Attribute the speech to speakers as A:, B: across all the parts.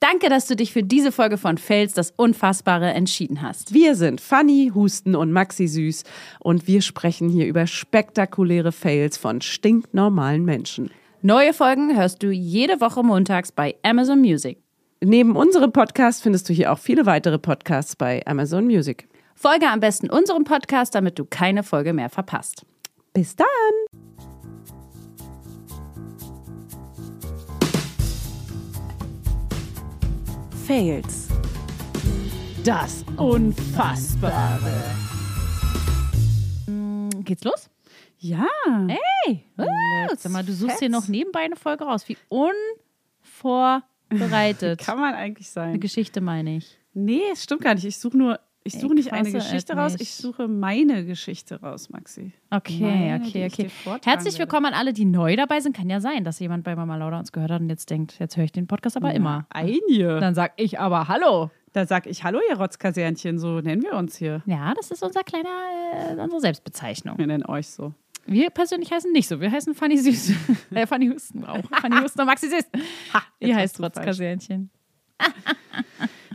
A: Danke, dass du dich für diese Folge von Fels das Unfassbare entschieden hast.
B: Wir sind Fanny, Husten und Maxi Süß und wir sprechen hier über spektakuläre Fails von stinknormalen Menschen.
A: Neue Folgen hörst du jede Woche montags bei Amazon Music.
B: Neben unserem Podcast findest du hier auch viele weitere Podcasts bei Amazon Music.
A: Folge am besten unserem Podcast, damit du keine Folge mehr verpasst.
B: Bis dann!
A: Fails.
B: Das Unfassbare.
A: Geht's los?
B: Ja.
A: Hey! Uh, sag mal, du suchst hier noch nebenbei eine Folge raus. Wie unvorbereitet.
C: Kann man eigentlich
A: eine
C: sein?
A: Geschichte meine ich.
C: Nee, es stimmt gar nicht. Ich suche nur, ich
A: Ich
C: suche nicht eine
A: fasse es
C: Geschichte raus,
A: nicht.
C: ich suche meine Geschichte raus, Maxi.
A: Okay,
C: Meine, die
A: okay,
C: ich dir
A: okay.
C: vortragen
A: Herzlich
C: werde.
A: willkommen an alle, die neu dabei sind. Kann ja sein, dass jemand bei Mama Lauda uns gehört hat und jetzt denkt, jetzt höre ich den Podcast aber immer.
C: Einje.
A: Dann sag ich aber Hallo.
C: Da sag ich, hallo ihr Rotzkasernchen, so nennen wir uns hier.
A: Ja, das ist unser kleiner, äh, unsere Selbstbezeichnung.
C: Wir nennen euch so.
A: Wir persönlich heißen nicht so. Wir heißen Fanny Süß. äh, Fanny Husten auch. Fanny Husten und Maxi Süß. Ihr
C: jetzt
A: heißt
C: hast du's falsch.
A: Rotzkasernchen.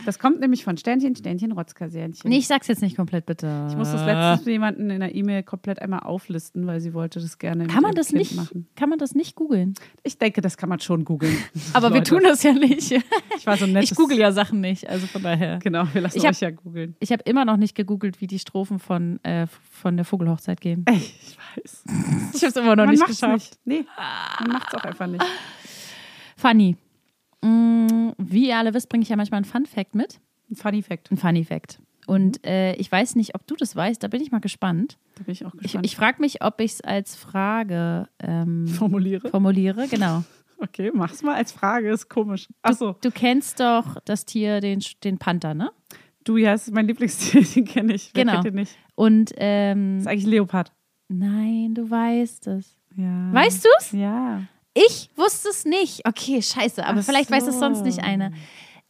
C: Das kommt nämlich von Sternchen, Sternchen, Rotzkasernchen.
A: Nee, ich sag's jetzt nicht komplett, bitte.
C: Ich muss das letztens mit jemanden in der E-Mail komplett einmal auflisten, weil sie wollte das gerne mit
A: Kann man
C: ihrem
A: das
C: kind
A: nicht,
C: machen.
A: kann man das nicht googeln?
C: Ich denke, das kann man schon googeln.
A: Aber wir
C: Leute,
A: tun das ja nicht.
C: Ich war so nett.
A: Ich google ja Sachen nicht, also von daher.
C: Genau, wir lassen
A: Ich hab-
C: euch ja googeln.
A: Ich habe immer noch nicht gegoogelt, wie die Strophen von, äh, von der Vogelhochzeit gehen.
C: Ich weiß.
A: Ich habe es immer noch
C: man
A: nicht Ah.
C: macht's
A: geschafft.
C: Nicht. Nee, man macht's auch einfach nicht.
A: Funny. Mm, Wie ihr alle wisst, bringe ich ja manchmal einen Fun Fact mit.
C: Ein Funny Fact.
A: Ein Funny Fact. Und
C: Mhm.
A: äh, ich weiß nicht, ob du das weißt, da bin ich mal gespannt.
C: Da bin ich auch
A: Ich,
C: gespannt.
A: ich frage mich, ob ich es als Frage ähm,
C: formuliere.
A: formuliere. Genau.
C: Okay, mach's mal als Frage, ist komisch. Achso,
A: Du kennst doch das Tier, den, den Panther, ne?
C: du, ja, ist mein Lieblingstier, den kenne ich. Wer
A: Genau.
C: kennt den nicht?
A: Und ähm,
C: Ist eigentlich ein Leopard.
A: nein, du weißt es.
C: Ja.
A: Weißt du's?
C: Ja.
A: Ich wusste es nicht. Okay, scheiße, aber
C: Ach
A: vielleicht weiß es
C: so.
A: sonst nicht eine.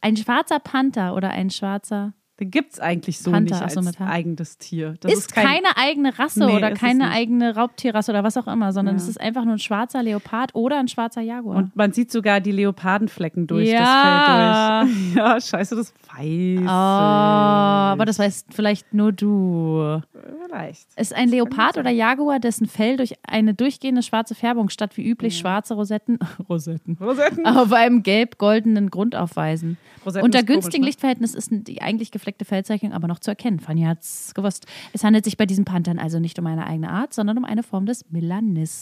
A: Ein schwarzer Panther oder ein schwarzer.
C: Den gibt's eigentlich so
A: Panther,
C: nicht als
A: achso, mit H.
C: eigenes Tier. Das
A: ist,
C: kein,
A: keine eigene Rasse
C: Nee,
A: oder
C: ist es
A: keine
C: nicht.
A: eigene Raubtierrasse oder was auch immer, sondern
C: Ja.
A: es ist einfach nur ein schwarzer Leopard oder ein schwarzer Jaguar.
C: Und man sieht sogar die Leopardenflecken durch
A: Ja.
C: das Fell durch. Ja, scheiße, das weiß.
A: oh, Ah, aber das weißt vielleicht nur du.
C: Vielleicht.
A: Ist ein Leopard oder Jaguar, dessen Fell durch eine durchgehende schwarze Färbung statt wie üblich schwarze Rosetten, Rosetten
C: Rosetten.
A: auf einem gelb-goldenen Grund aufweisen.
C: Rosetten
A: Unter
C: ist komisch,
A: günstigen
C: ne?
A: Lichtverhältnissen ist die eigentlich gefleckte Fellzeichnung aber noch zu erkennen. Fanny hat's gewusst. Es handelt sich bei diesen Panthern also nicht um eine eigene Art, sondern um eine Form des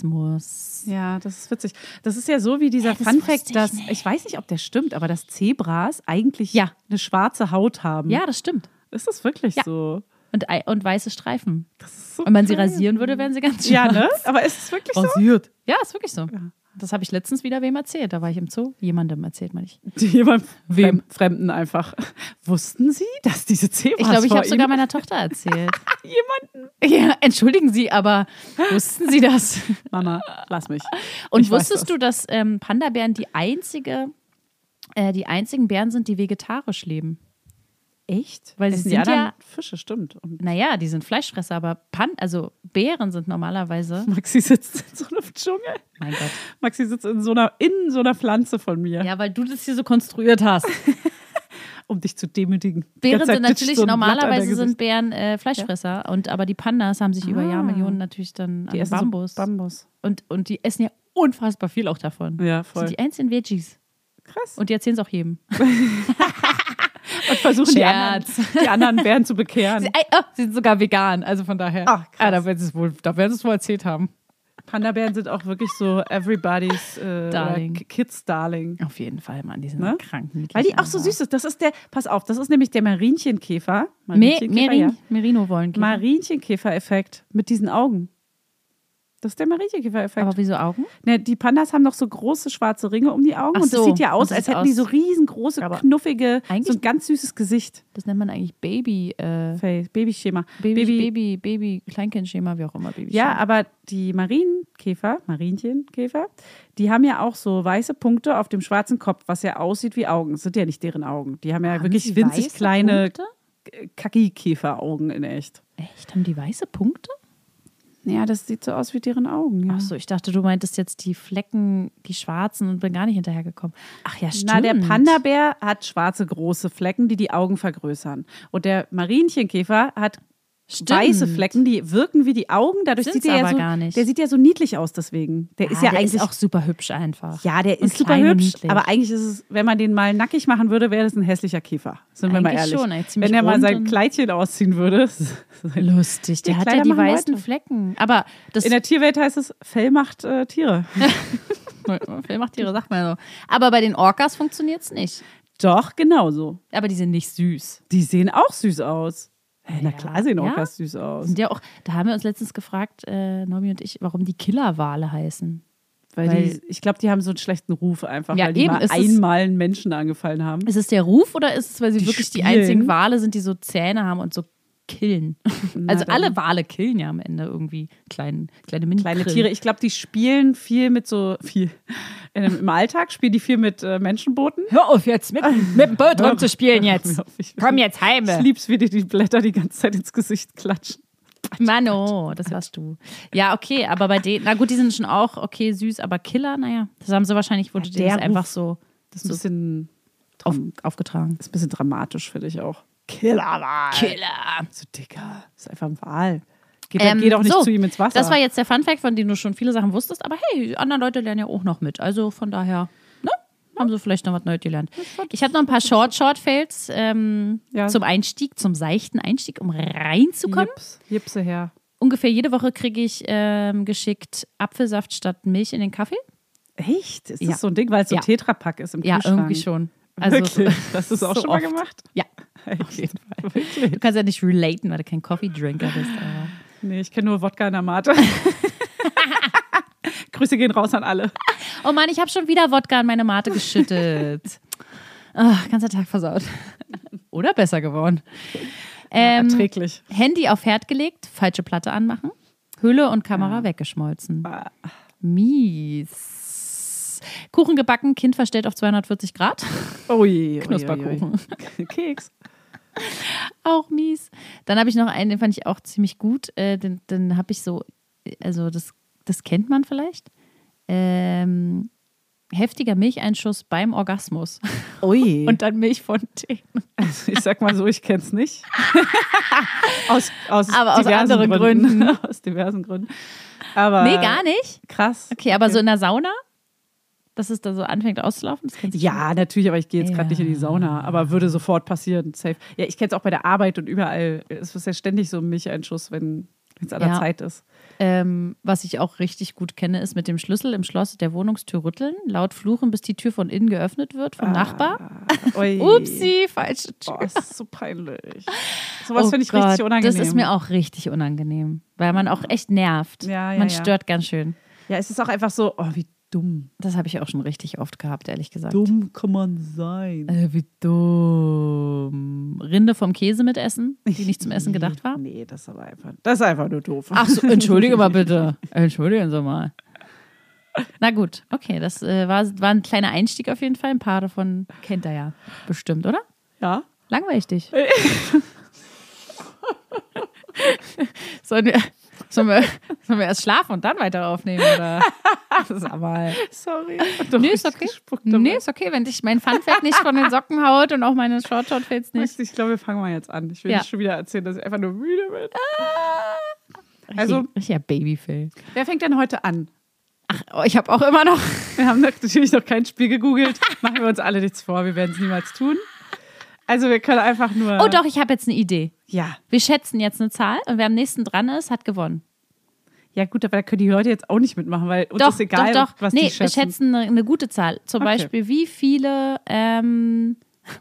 A: Melanismus.
C: Ja, das ist witzig. Das ist ja so wie dieser
A: das wusste ich
C: Funfact, dass
A: nicht.
C: ich weiß nicht, ob der stimmt, aber dass Zebras eigentlich
A: Ja.
C: eine schwarze Haut haben.
A: Ja, das stimmt.
C: Ist das wirklich
A: Ja.
C: so?
A: Und, ei- und weiße Streifen.
C: Das ist so
A: Wenn man sie
C: geil.
A: rasieren würde, wären sie ganz schön.
C: Ja, ne? Aber ist es wirklich so?
A: Rasiert. Ja, ist wirklich so. Das habe ich letztens wieder wem erzählt. Da war ich im Zoo. Jemandem erzählt man nicht.
C: Jemand
A: Wem?
C: Wem? Fremden einfach. Wussten Sie, dass diese Zebras
A: Ich glaube, ich
C: vor
A: habe sogar
C: Ihnen-
A: meiner Tochter erzählt.
C: jemanden.
A: ja, entschuldigen Sie, aber wussten Sie das?
C: Mama, lass mich.
A: Und
C: Ich weiß
A: wusstest
C: das.
A: du, dass ähm, Panda-Bären die einzige, äh, die einzigen Bären sind, die vegetarisch leben?
C: echt?
A: Weil
C: Weil
A: sie
C: sie
A: sind
C: die anderen
A: ja-
C: Fische, stimmt. Und
A: Naja, die sind Fleischfresser, aber Pan also Bären sind normalerweise.
C: Maxi sitzt in so einem Dschungel.
A: Mein Gott.
C: Maxi sitzt in so einer in so einer Pflanze von mir,
A: Ja, weil du das hier so konstruiert hast.
C: um dich zu demütigen.
A: Bären
C: Jetzt seit
A: sind natürlich
C: Ditch so ein Blatt an der
A: normalerweise
C: Gesicht-
A: sind Bären äh, Fleischfresser und aber die Pandas haben sich über Jahrmillionen natürlich dann
C: Ah. die
A: an
C: essen
A: Bambus,
C: So Bambus.
A: und und die essen ja unfassbar viel auch davon.
C: Ja,
A: Das sind
C: voll.
A: die einzigen Veggies
C: Krass.
A: und die erzählen es auch jedem.
C: Und versuchen die anderen,
A: Scherz.
C: die anderen Bären zu bekehren.
A: Sie, äh, oh, sie sind sogar vegan, also von daher.
C: Ah, krass.
A: Ah, da werden sie es wohl, da werden sie es wohl erzählt haben.
C: Panda-Bären sind auch wirklich so everybody's äh,
A: Darling.
C: oder K- Kids Darling.
A: Auf jeden Fall, Mann, die sind
C: Ne?
A: kranken.
C: Weil die auch so süß ist. Das ist der, pass auf, das ist nämlich der Marienchenkäfer.
A: Me
C: Marienchenkäfer,
A: Merin-
C: ja.
A: Merino wollen gehen.
C: Marienchenkäfer-Effekt mit diesen Augen. Das ist der Marienchenkäfer-Effekt.
A: aber wieso Augen?
C: Ne, die Pandas haben noch so große schwarze Ringe um die Augen
A: Ach
C: und das
A: so,
C: sieht ja aus,
A: das
C: als
A: sieht
C: hätten die
A: aus-
C: so riesengroße,
A: Aber
C: knuffige, so
A: eigentlich-
C: ein ganz süßes Gesicht.
A: Das nennt man eigentlich Baby, äh,
C: Face, Babyschema.
A: Baby, Baby, Baby, Kleinkindschema, wie auch immer. Baby
C: Ja, aber die Marienkäfer, Marienchenkäfer, die haben ja auch so weiße Punkte auf dem schwarzen Kopf, was ja aussieht wie Augen. Das sind ja nicht deren Augen. Die haben ja
A: Haben
C: wirklich
A: sie
C: winzig
A: weiße
C: kleine
A: Punkte?
C: Kackikäferaugen in echt.
A: Echt? Haben die weiße Punkte?
C: Ja, das sieht so aus wie deren Augen. Ja.
A: Ach so, ich dachte, du meintest jetzt die Flecken, die schwarzen und bin gar nicht hinterhergekommen. Ach ja, stimmt.
C: Na, der Panda-Bär hat schwarze große Flecken, die die Augen vergrößern. Und der Marienchenkäfer hat
A: Stimmt.
C: weiße Flecken, die wirken wie die Augen. Dadurch
A: Sind's
C: sieht er ja
A: aber
C: so,
A: gar nicht.
C: der sieht ja so niedlich aus. Deswegen, der
A: Ja,
C: ist ja
A: Ah, der
C: eigentlich
A: ist auch super hübsch einfach.
C: Ja, der
A: Und
C: ist super
A: klein und
C: hübsch,
A: niedlich.
C: aber eigentlich ist es, wenn man den mal nackig machen würde, wäre das ein hässlicher Käfer. Sind wir mal
A: Eigentlich
C: ehrlich.
A: schon, ey, ziemlich
C: wenn er mal
A: rund
C: sein
A: und-
C: Kleidchen ausziehen würde. sein-
A: Lustig, der
C: Die
A: hat ja
C: Kleider
A: die
C: machen
A: weißen
C: Leute.
A: Flecken. Aber das
C: In der Tierwelt heißt es, Fell macht äh, Tiere.
A: Wer macht ihre Sachen mal so. Aber bei den Orcas funktioniert es nicht.
C: Doch, genauso.
A: Aber die sind nicht süß.
C: Die sehen auch süß aus. Hä, na
A: Ja.
C: klar sehen
A: Ja?
C: Orcas süß aus.
A: Sind ja auch, da haben wir uns letztens gefragt, äh, Nomi und ich, warum die Killerwale heißen.
C: Weil,
A: Weil-
C: die, ich glaube, die haben so einen schlechten Ruf einfach,
A: Ja,
C: weil die
A: eben,
C: mal
A: es ist-
C: einmal einen Menschen angefallen haben.
A: Ist es der Ruf oder ist es, weil sie
C: Die
A: wirklich die
C: spielen.
A: einzigen Wale sind, die so Zähne haben und so killen?
C: Na
A: Also
C: dann.
A: alle Wale killen ja am Ende irgendwie kleinen, kleine mini
C: Kleine Tiere. Ich glaube, die spielen viel mit so viel. Im im Alltag spielen die viel mit äh, Menschenbooten.
A: Hör auf jetzt mit, mit dem Boot rumzuspielen jetzt.
C: Hör auf, ich-
A: Komm jetzt heim.
C: Ich lieb's, wie dir die Blätter die ganze Zeit ins Gesicht klatschen.
A: Mano, das warst du. Ja, okay, aber bei denen, na gut, die sind schon auch, okay, süß, aber Killer, naja, das haben sie wahrscheinlich, wurde
C: Ja,
A: denen das
C: der
A: einfach
C: Ruf.
A: so
C: Das
A: So.
C: ist ein bisschen,
A: auf, aufgetragen.
C: ist ein bisschen dramatisch, finde ich auch. Killerwahl.
A: Killer.
C: So dicker. Ist einfach ein Wal. Geht,
A: Ähm,
C: geht auch nicht
A: so,
C: zu ihm ins Wasser.
A: Das war jetzt der Fun-Fact, von dem du schon viele Sachen wusstest, aber hey, andere Leute lernen ja auch noch mit. Also von daher, ne? Haben sie vielleicht noch was Neues gelernt. Ich habe noch ein paar Short-Short-Fails ähm,
C: Ja.
A: zum Einstieg, zum seichten Einstieg, um reinzukommen.
C: Jips, Jipse her.
A: Ungefähr jede Woche kriege ich ähm, geschickt Apfelsaft statt Milch in den Kaffee.
C: Echt? Ist
A: Ja.
C: das so ein Ding, weil es so
A: Ja.
C: Tetrapack ist im
A: Ja,
C: Kühlschrank?
A: irgendwie schon. Also,
C: Wirklich? Das ist auch
A: so
C: schon mal
A: oft.
C: gemacht?
A: Ja,
C: Auf jeden Fall. Wirklich?
A: Du kannst ja nicht relaten, weil du kein Coffee-Drinker bist. Aber.
C: Nee, ich kenne nur Wodka in der Mate. Grüße gehen raus an alle.
A: Oh Mann, ich habe schon wieder Wodka in meine Mate geschüttet. Ach, ganzer Tag versaut. Oder besser geworden. Ähm,
C: Erträglich.
A: Handy auf Herd gelegt, falsche Platte anmachen, Hülle und Kamera weggeschmolzen.
C: Ah.
A: Mies. Kuchen gebacken, Kind verstellt auf 240 Grad.
C: Ui, ui,
A: Knusperkuchen.
C: Ui, ui. Keks.
A: auch mies. Dann habe ich noch einen, den fand ich auch ziemlich gut. Äh, den den habe ich so, also das, das kennt man vielleicht. Ähm, heftiger Milcheinschuss beim Orgasmus
C: Ui.
A: und dann Milchfontänen.
C: Ich sag mal so, ich kenn's nicht. aus, aus
A: Aber aus
C: diversen
A: anderen
C: Gründen. aus diversen Gründen.
B: Ah.
C: Aber
A: Nee, gar nicht.
C: krass.
A: Okay, aber so in der Sauna, dass es da so anfängt auszulaufen, das kennst du
C: Ja, natürlich, aber ich gehe jetzt gerade
A: Ja.
C: nicht in die Sauna, aber würde sofort passieren, safe. Ja, ich kenn's auch bei der Arbeit und überall. Es ist ja ständig so ein Milcheinschuss, wenn es an der
A: Ja.
C: Zeit ist.
A: Ähm, was ich auch richtig gut kenne, ist mit dem Schlüssel im Schloss der Wohnungstür rütteln, laut fluchen, bis die Tür von innen geöffnet wird vom Nachbar.
C: Ui.
A: Upsi, falsche Tür.
C: Boah, das ist so peinlich. Sowas
A: Oh
C: finde ich
A: Gott,
C: richtig unangenehm.
A: Das ist mir auch richtig unangenehm, weil man auch echt nervt.
C: Ja, ja,
A: man
C: ja.
A: stört ganz schön.
C: Ja, es ist auch einfach so, oh, wie dumm.
A: Das habe ich auch schon richtig oft gehabt, ehrlich gesagt.
C: Dumm kann man sein.
A: Äh, wie dumm. Rinde vom Käse mitessen, die nicht zum Essen gedacht war.
C: Nee, das ist aber einfach, das ist einfach nur doof.
A: Ach so, entschuldige mal bitte. Entschuldigen Sie mal. Na gut, okay, das äh, war, war ein kleiner Einstieg auf jeden Fall. Ein paar davon kennt er ja bestimmt, oder?
C: Ja.
A: Langweilig dich.
C: Äh.
A: sollen, wir, sollen, wir, sollen wir erst schlafen und dann weiter aufnehmen? Oder? Sag mal.
C: Sorry.
A: Nee, ist okay. Nee, ist okay, wenn dich mein Funfact nicht von den Socken haut und auch meine Shortshot fällt nicht.
C: Ich glaube, wir fangen mal jetzt an. Ich will
A: Ja. Ah.
C: nicht schon wieder erzählen, dass ich einfach nur müde bin. Also-
A: Richtig- richtiger Babyfilm.
C: Wer fängt denn heute an?
A: Ach, oh, ich habe auch immer noch.
C: Wir haben natürlich noch kein Spiel gegoogelt. Machen wir uns alle nichts vor. Wir werden es niemals tun. Also wir können einfach nur.
A: Oh doch, ich habe jetzt eine Idee.
C: Ja.
A: Wir schätzen jetzt eine Zahl und wer am nächsten dran ist, hat gewonnen.
C: Ja gut, aber da können die Leute jetzt auch nicht mitmachen, weil uns
A: doch,
C: ist egal,
A: doch, doch.
C: was
A: nee,
C: die schätzen.
A: wir schätzen eine, eine gute Zahl. Zum
C: Okay.
A: Beispiel, wie viele ähm,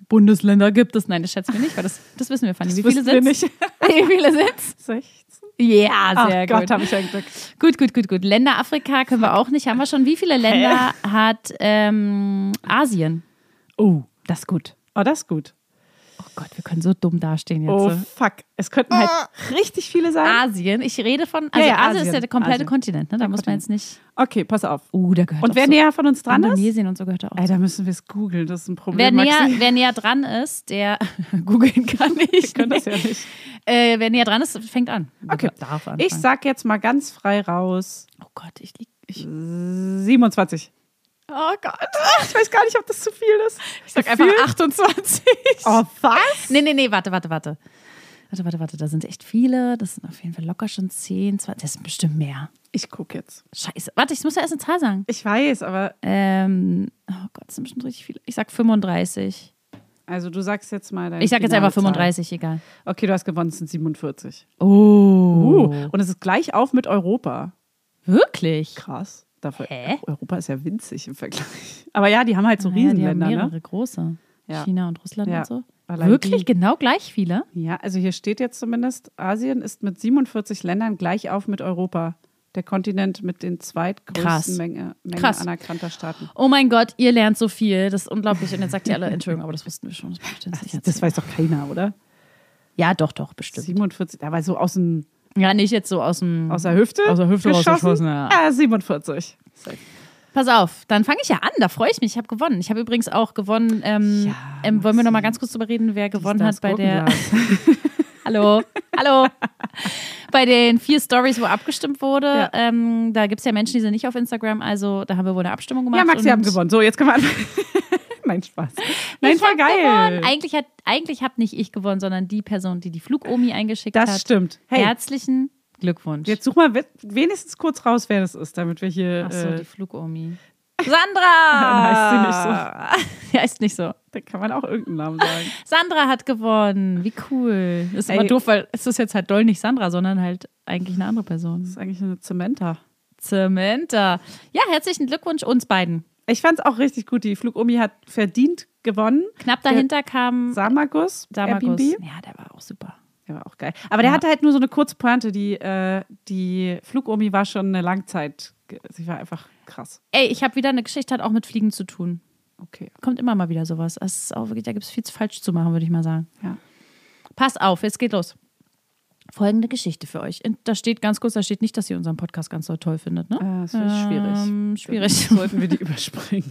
A: Bundesländer gibt es? Nein, das schätzen wir nicht, weil das, das wissen wir, Fanny.
C: Das
A: wie viele
C: wissen wir
A: sind
C: nicht.
A: Wie viele sind's?
C: 16.
A: Ja,
C: Ach
A: sehr
C: Gott,
A: gut.
C: habe ich ein Glück.
A: Gut, gut, gut, gut. Länder Afrika können wir auch nicht. Haben wir schon. Wie viele Länder hat ähm, Asien?
C: Oh, das ist gut. Oh, das ist gut.
A: Oh Gott, wir können so dumm dastehen jetzt. äh, Ah.
C: Oh, fuck. Es könnten halt richtig viele sein.
A: Asien, ich rede von. Also
C: ja,
A: Asien, ist ja
C: Asien.
A: der komplette
C: Asien.
A: Kontinent, ne? Da muss man jetzt nicht.
C: Okay, pass auf.
A: Uh, da gehört
C: Und
A: auch
C: wer
A: so
C: näher von uns dran ist,
A: Indonesien und so gehört da auch.
C: ey, da müssen wir es googeln. Das ist ein Problem.
A: Wer näher,
C: Maxi.
A: wer näher dran ist, der googeln kann ich.
C: Wir können das ja
A: nicht.
C: nicht.
A: Äh, wer näher dran ist, fängt an.
C: Okay.
A: Darf
C: Ich
A: anfangen.
C: sag jetzt mal ganz frei raus
A: oh Gott, ich lieg. Ich,
C: 27.
A: oh Gott.
C: Ich weiß gar nicht, ob das zu viel ist.
A: Ich sag einfach 28.
C: Oh, was?
A: Nee, nee, nee, warte, warte, warte. Warte, warte, warte, da sind echt viele. Das sind auf jeden Fall locker schon 10, 20. Das sind bestimmt mehr.
C: Ich gucke jetzt.
A: Scheiße. Warte, ich muss ja erst eine Zahl sagen.
C: Ich weiß, aber
A: Ähm, oh Gott, das sind bestimmt richtig viele. Ich sag 35.
C: also du sagst jetzt mal deine
A: Ich sag jetzt
C: finale
A: einfach 35, egal.
C: Zahl. Okay, du hast gewonnen, es sind 47.
A: Oh.
C: Uh, und es ist gleich auf mit Europa.
A: Wirklich?
C: Krass. Dafür,
A: Hä?
C: Europa ist ja winzig im Vergleich. Aber ja, die haben halt so
A: Naja,
C: Riesenländer,
A: die haben
C: ne?
A: mehrere große.
C: Ja.
A: China und Russland
C: Ja.
A: und so.
C: Allein
A: Wirklich
C: die-
A: genau gleich viele?
C: Ja, also hier steht jetzt zumindest, Asien ist mit 47 Ländern gleich auf mit Europa. Der Kontinent mit den
A: Krass.
C: zweitgrößten Menge, Menge
A: Krass.
C: anerkannter Staaten.
A: Oh mein Gott, ihr lernt so viel. Das ist unglaublich. Und jetzt sagt ihr alle, Entschuldigung, aber das wussten wir schon. Das braucht ihr uns nicht
C: Das
A: erzählen.
C: weiß doch keiner, oder?
A: ja, doch, doch, bestimmt.
C: 47, aber so aus, dem,
A: Ja, nicht jetzt so aus dem.
C: aus der Hüfte
A: Mhm. Aus der Hüfte rausgeschossen,
C: geschossen.
A: ja.
C: Ah, 47.
A: Pass auf, dann fange ich ja an. Da freue ich mich. Ich habe gewonnen. Ich habe übrigens auch gewonnen. Ähm,
C: Ja,
A: ähm, wollen wir noch mal ganz kurz drüber reden, wer gewonnen
C: Stars
A: hat bei der.
C: Gurkenglas.
A: Hallo, hallo. Bei den vier Stories, wo abgestimmt wurde,
C: Ja.
A: ähm, da gibt es ja Menschen, die sind nicht auf Instagram, also da haben wir wohl eine Abstimmung gemacht.
C: Ja, Max, Sie haben
A: und-
C: gewonnen. So, jetzt können wir anfangen. Nein, Spaß. Nein,
A: ich
C: voll
A: hab
C: geil.
A: Gewonnen. Eigentlich hat eigentlich hab nicht ich gewonnen, sondern die Person, die die Flugomi eingeschickt
C: Das
A: hat.
C: stimmt. Hey,
A: Herzlichen Glückwunsch.
C: jetzt such mal we- wenigstens kurz raus, wer das ist, damit wir hier.
A: Ach so,
C: äh,
A: die Flugomi. Sandra!
C: Heißt
A: heißt sie nicht so. die heißt nicht so.
C: da kann man auch irgendeinen Namen sagen.
A: Sandra hat gewonnen. Wie cool. Ist immer
C: Ey.
A: doof, weil es ist jetzt halt doll nicht Sandra, sondern halt eigentlich eine andere Person.
C: Das ist eigentlich eine Zementa.
A: Zementa. Ja, herzlichen Glückwunsch uns beiden.
C: Ich fand es auch richtig gut. Die Flugumi hat verdient gewonnen.
A: Knapp dahinter kam
C: Samagus.
A: Samagus.
C: Airbnb.
A: Ja, der war auch super.
C: Der war auch geil. Aber der hatte halt nur so eine kurze Pointe. Die, äh, die Flugumi war schon eine Langzeit. Sie war einfach krass.
A: Ey, ich habe wieder eine Geschichte, hat auch mit Fliegen zu tun.
C: Okay.
A: Kommt immer mal wieder sowas. Es ist auch wirklich, da gibt es viel falsch zu machen, würde ich mal sagen.
C: Ja.
A: Pass auf, jetzt geht los. Folgende Geschichte für euch. Und da steht ganz kurz, da steht nicht, dass ihr unseren Podcast ganz so toll findet, ne?
C: Ah, das finde ich schwierig.
A: Ähm, schwierig.
C: Sollten wir die überspringen?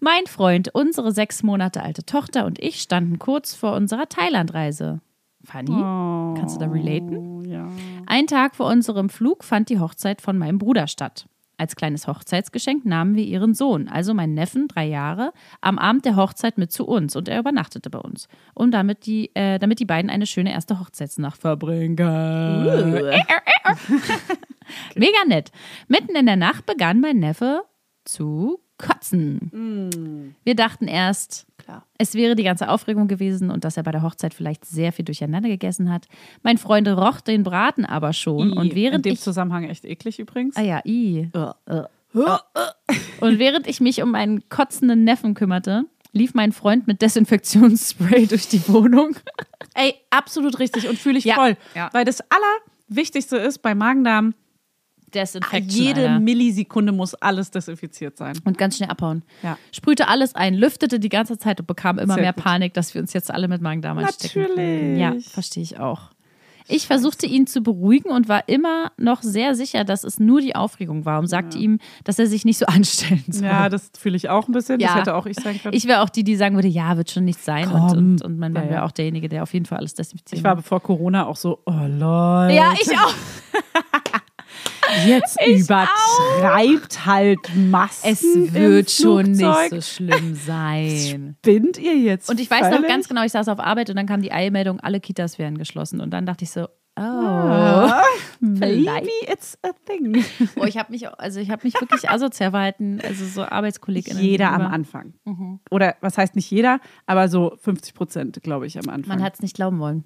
A: Mein Freund, unsere sechs Monate alte Tochter und ich standen kurz vor unserer Thailandreise. Fanny, kannst du da relaten?
C: Oh, ja.
A: Ein Tag vor unserem Flug fand die Hochzeit von meinem Bruder statt. Als kleines Hochzeitsgeschenk nahmen wir ihren Sohn, also meinen Neffen, drei Jahre, am Abend der Hochzeit mit zu uns und er übernachtete bei uns, um damit die, äh, damit die beiden eine schöne erste Hochzeitsnacht verbringen können.
C: Uh.
A: Mega nett. Mitten in der Nacht begann mein Neffe zu kotzen. Wir dachten erst,
C: Klar.
A: es wäre die ganze Aufregung gewesen und dass er bei der Hochzeit vielleicht sehr viel durcheinander gegessen hat. Mein Freund roch den Braten aber schon und
C: in
A: während
C: dem
A: ich
C: Zusammenhang echt eklig übrigens.
A: Ah ja, i. Äh. Und während ich mich um meinen kotzenden Neffen kümmerte, lief mein Freund mit Desinfektionsspray durch die Wohnung.
C: Ey, absolut richtig und fühle ich
A: Ja,
C: voll,
A: ja.
C: weil das allerwichtigste ist bei Magen-Darm,
A: Desinfektion.
C: jede
A: Alter.
C: Millisekunde muss alles desinfiziert sein.
A: und ganz schnell abhauen.
C: Ja.
A: Sprühte alles ein, lüftete die ganze Zeit und bekam immer
C: Sehr
A: mehr
C: gut.
A: Panik, dass wir uns jetzt alle mit Magen-Darm anstecken.
C: Natürlich.
A: Ja, verstehe ich auch. Ich versuchte ihn zu beruhigen und war immer noch sehr sicher, dass es nur die Aufregung war und sagte ihm, dass er sich nicht so anstellen soll.
C: Ja, das fühle ich auch ein bisschen,
A: Ja.
C: das hätte auch ich sein können. Ich,
A: Ich wäre auch die, die sagen würde, ja, wird schon nichts sein. Und,
C: Komm.
A: und, und mein Mann
C: Ja, ja.
A: wäre auch derjenige, der auf jeden Fall alles desinfiziert.
C: war vor Corona auch so, oh lol.
A: Ja, ich auch.
C: jetzt übertreibt halt Masken
A: Es wird
C: im Flugzeug.
A: schon nicht so schlimm sein.
C: Spinnt ihr jetzt?
A: Und ich weiß noch
C: völlig?
A: ganz genau, ich saß auf Arbeit und dann kam die Eilmeldung, alle Kitas wären geschlossen. Und dann dachte ich so, oh.
C: Ah, maybe
A: Vielleicht.
C: it's a thing.
A: Oh, ich habe mich, also ich habe mich wirklich asozial verhalten, also so Arbeitskolleginnen.
C: Jeder am
A: gegenüber.
C: Anfang.
A: Mhm.
C: Oder was heißt nicht jeder, aber so 50 Prozent, glaube ich, am Anfang.
A: Man hat es nicht glauben wollen.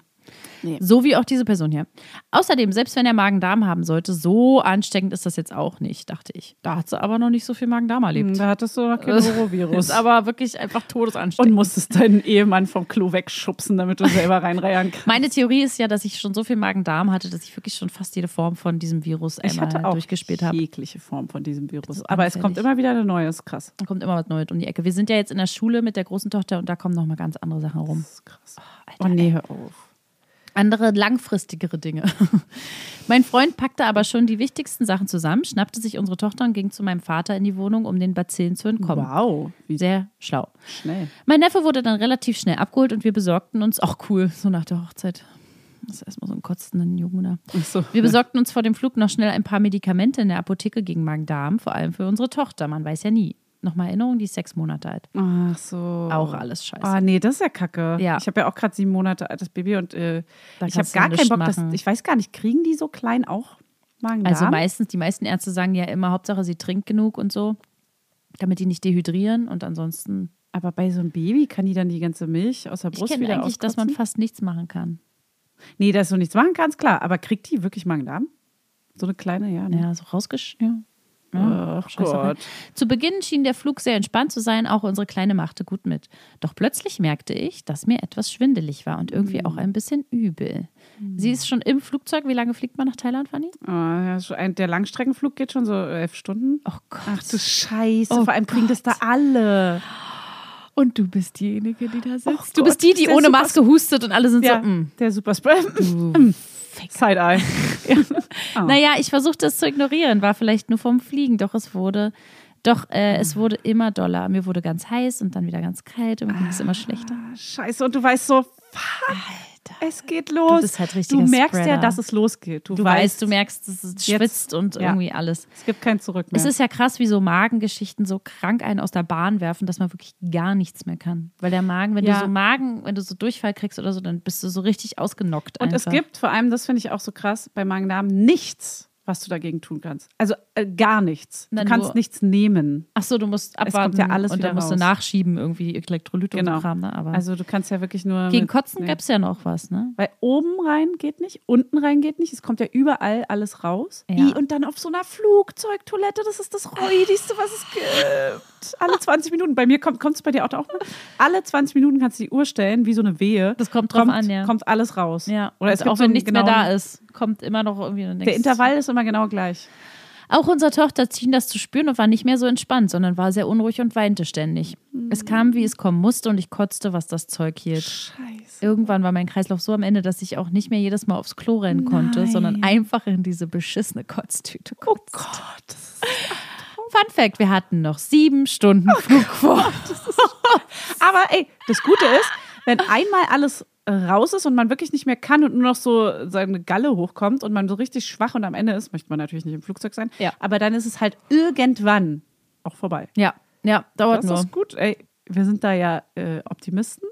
C: Nee.
A: So wie auch diese Person hier. Außerdem, selbst wenn er Magen-Darm haben sollte, so ansteckend ist das jetzt auch nicht, dachte ich. Da hat sie aber noch nicht so viel Magen-Darm erlebt.
C: Hm, da hattest du noch kein
A: Das
C: Norovirus.
A: Ist aber wirklich einfach
C: Hm. Und
A: todesansteckend.
C: musstest deinen Ehemann vom Klo wegschubsen, damit du selber reinreiern kannst.
A: Meine Theorie ist ja, dass ich schon so viel Magen-Darm hatte, dass ich wirklich schon fast jede Form von diesem Virus
C: ich
A: einmal
C: hatte auch
A: durchgespielt habe.
C: jegliche Form von diesem Virus.
A: so
C: Aber es
A: anfällig.
C: kommt immer wieder eine neue, ist krass.
A: Da kommt immer was Neues um die Ecke. Wir sind ja jetzt
C: Oh,
A: in der Schule mit der großen Tochter und da kommen nochmal ganz andere Sachen rum.
C: Das ist krass. oh nee, hör auf.
A: Oh, andere langfristigere Dinge. mein Freund packte aber schon die wichtigsten Sachen zusammen, schnappte sich unsere Tochter und ging zu meinem Vater in die Wohnung, um den Bazillen zu entkommen.
C: Wow, wie
A: Sehr schlau.
C: schnell.
A: Mein Neffe wurde dann relativ schnell abgeholt und wir besorgten uns, auch cool, so nach der Hochzeit. Das ist erstmal so ein kotzenden Jungen da.
C: So.
A: Wir besorgten uns vor dem Flug noch schnell ein paar Medikamente in der Apotheke gegen Magen-Darm, vor allem für unsere Tochter. Man weiß ja nie. Nochmal Erinnerung, die ist sechs Monate alt.
C: Ach so.
A: Auch alles scheiße.
C: Ah, nee, das ist ja kacke.
A: Ja.
C: Ich habe ja auch gerade sieben Monate altes Baby und äh,
A: Da
C: ich habe
A: kannst du
C: gar keinen
A: nichts
C: Bock, dass,
A: machen.
C: ich weiß gar nicht, kriegen die so klein auch Magen-Darm?
A: Also meistens, die meisten Ärzte sagen ja immer, Hauptsache sie trinkt genug und so, damit die nicht dehydrieren und ansonsten.
C: Aber bei so einem Baby kann die dann die ganze Milch aus der
A: Ich
C: Brust
A: kenne
C: wieder
A: eigentlich, dass man
C: auskotzen?
A: fast nichts machen kann.
C: Nee, dass du nichts machen kannst, klar. Aber kriegt die wirklich Magen-Darm? So eine kleine, ja. Ne?
A: Ja, so rausgeschnürt. Ja,
C: Ach
A: scheiß drauf.
C: Gott.
A: Zu Beginn schien der Flug sehr entspannt zu sein, auch unsere Kleine machte gut mit. Doch plötzlich merkte ich, dass mir etwas schwindelig war und irgendwie auch ein bisschen übel. Sie ist schon im Flugzeug. Wie lange fliegt man nach Thailand, Fanny?
C: Ah, ja, so ein- der Langstreckenflug geht schon so äh, elf Stunden.
A: Oh Gott.
C: Ach du Scheiße,
A: Oh
C: vor allem kriegen das da alle.
A: und du bist diejenige, die da sitzt. du
C: oh Gott,
A: bist die, die
C: der
A: ohne
C: super-
A: Maske hustet und alle sind
C: Ja,
A: so. mm.
C: der Superspray. Side-Eye. Ah.
A: Naja, ich versuchte es zu ignorieren, war vielleicht nur vom Fliegen, doch es wurde, doch äh,
C: Ah.
A: es wurde immer doller. Mir wurde ganz heiß und dann wieder ganz kalt und mir ging es immer schlechter.
C: Ah, Scheiße, und du weißt so, fuck, es geht los.
A: Du bist halt richtiger
C: Du merkst ja,
A: Spreader.
C: dass es losgeht. Du,
A: Du weißt, du merkst, dass es
C: Jetzt-
A: schwitzt und
C: ja.
A: irgendwie alles.
C: es gibt kein Zurück mehr.
A: Es ist ja krass, wie so Magengeschichten so krank einen aus der Bahn werfen, dass man wirklich gar nichts mehr kann. Weil der Magen, wenn
C: Ja.
A: du so Magen, wenn du so Durchfall kriegst oder so, dann bist du so richtig ausgenockt.
C: und
A: einfach.
C: es gibt vor allem, das finde ich auch so krass, bei Magen-Darm nichts, was du dagegen tun kannst. Also äh, gar nichts. Du
A: Na,
C: kannst
A: nur-
C: nichts nehmen.
A: Ach so, du musst
C: kommt
A: abwarten
C: ja alles
A: und dann
C: wieder
A: musst du
C: raus.
A: nachschieben irgendwie Elektrolyte und
C: Genau.
A: so Kram, ne? Aber
C: Also du kannst ja wirklich nur.
A: gegen
C: mit-
A: Kotzen
C: nee.
A: gäbe es ja noch was, ne?
C: Weil oben rein geht nicht, unten rein geht nicht. Es kommt ja überall alles raus.
A: Ja.
C: I, und dann auf so einer Flugzeugtoilette, das ist das Räudigste, was es gibt. Alle 20 Minuten. Bei mir kommt es bei dir auch auch mal. Alle 20 Minuten kannst du die Uhr stellen, wie so eine Wehe.
A: Das kommt drauf an, ja.
C: Kommt alles raus.
A: Ja, und
C: Oder es gibt
A: auch
C: so
A: wenn
C: einen
A: nichts mehr da
C: genauen-
A: ist, kommt immer noch irgendwie nichts.
C: Der Intervall ist immer genau gleich.
A: Auch unsere Tochter schien das zu spüren und war nicht mehr so entspannt, sondern war sehr unruhig und weinte ständig.
C: Mhm.
A: Es kam, wie es kommen musste und ich kotzte, was das Zeug hielt.
C: Scheiße.
A: Irgendwann war mein Kreislauf so am Ende, dass ich auch nicht mehr jedes Mal aufs Klo rennen konnte,
C: Nein.
A: sondern einfach in diese beschissene Kotztüte
C: Oh
A: kotzt.
C: Gott. das ist-
A: Fun Fact, wir hatten noch sieben Stunden Flug vor.
C: Aber ey, das Gute ist, wenn einmal alles äh, raus ist und man wirklich nicht mehr kann und nur noch so seine Galle hochkommt und man so richtig schwach und am Ende ist, möchte man natürlich nicht im Flugzeug sein,
A: Ja.
C: aber dann ist es halt irgendwann auch vorbei.
A: Ja, ja, dauert
C: Das
A: nur.
C: ist gut, ey. Wir sind da ja äh, Optimisten.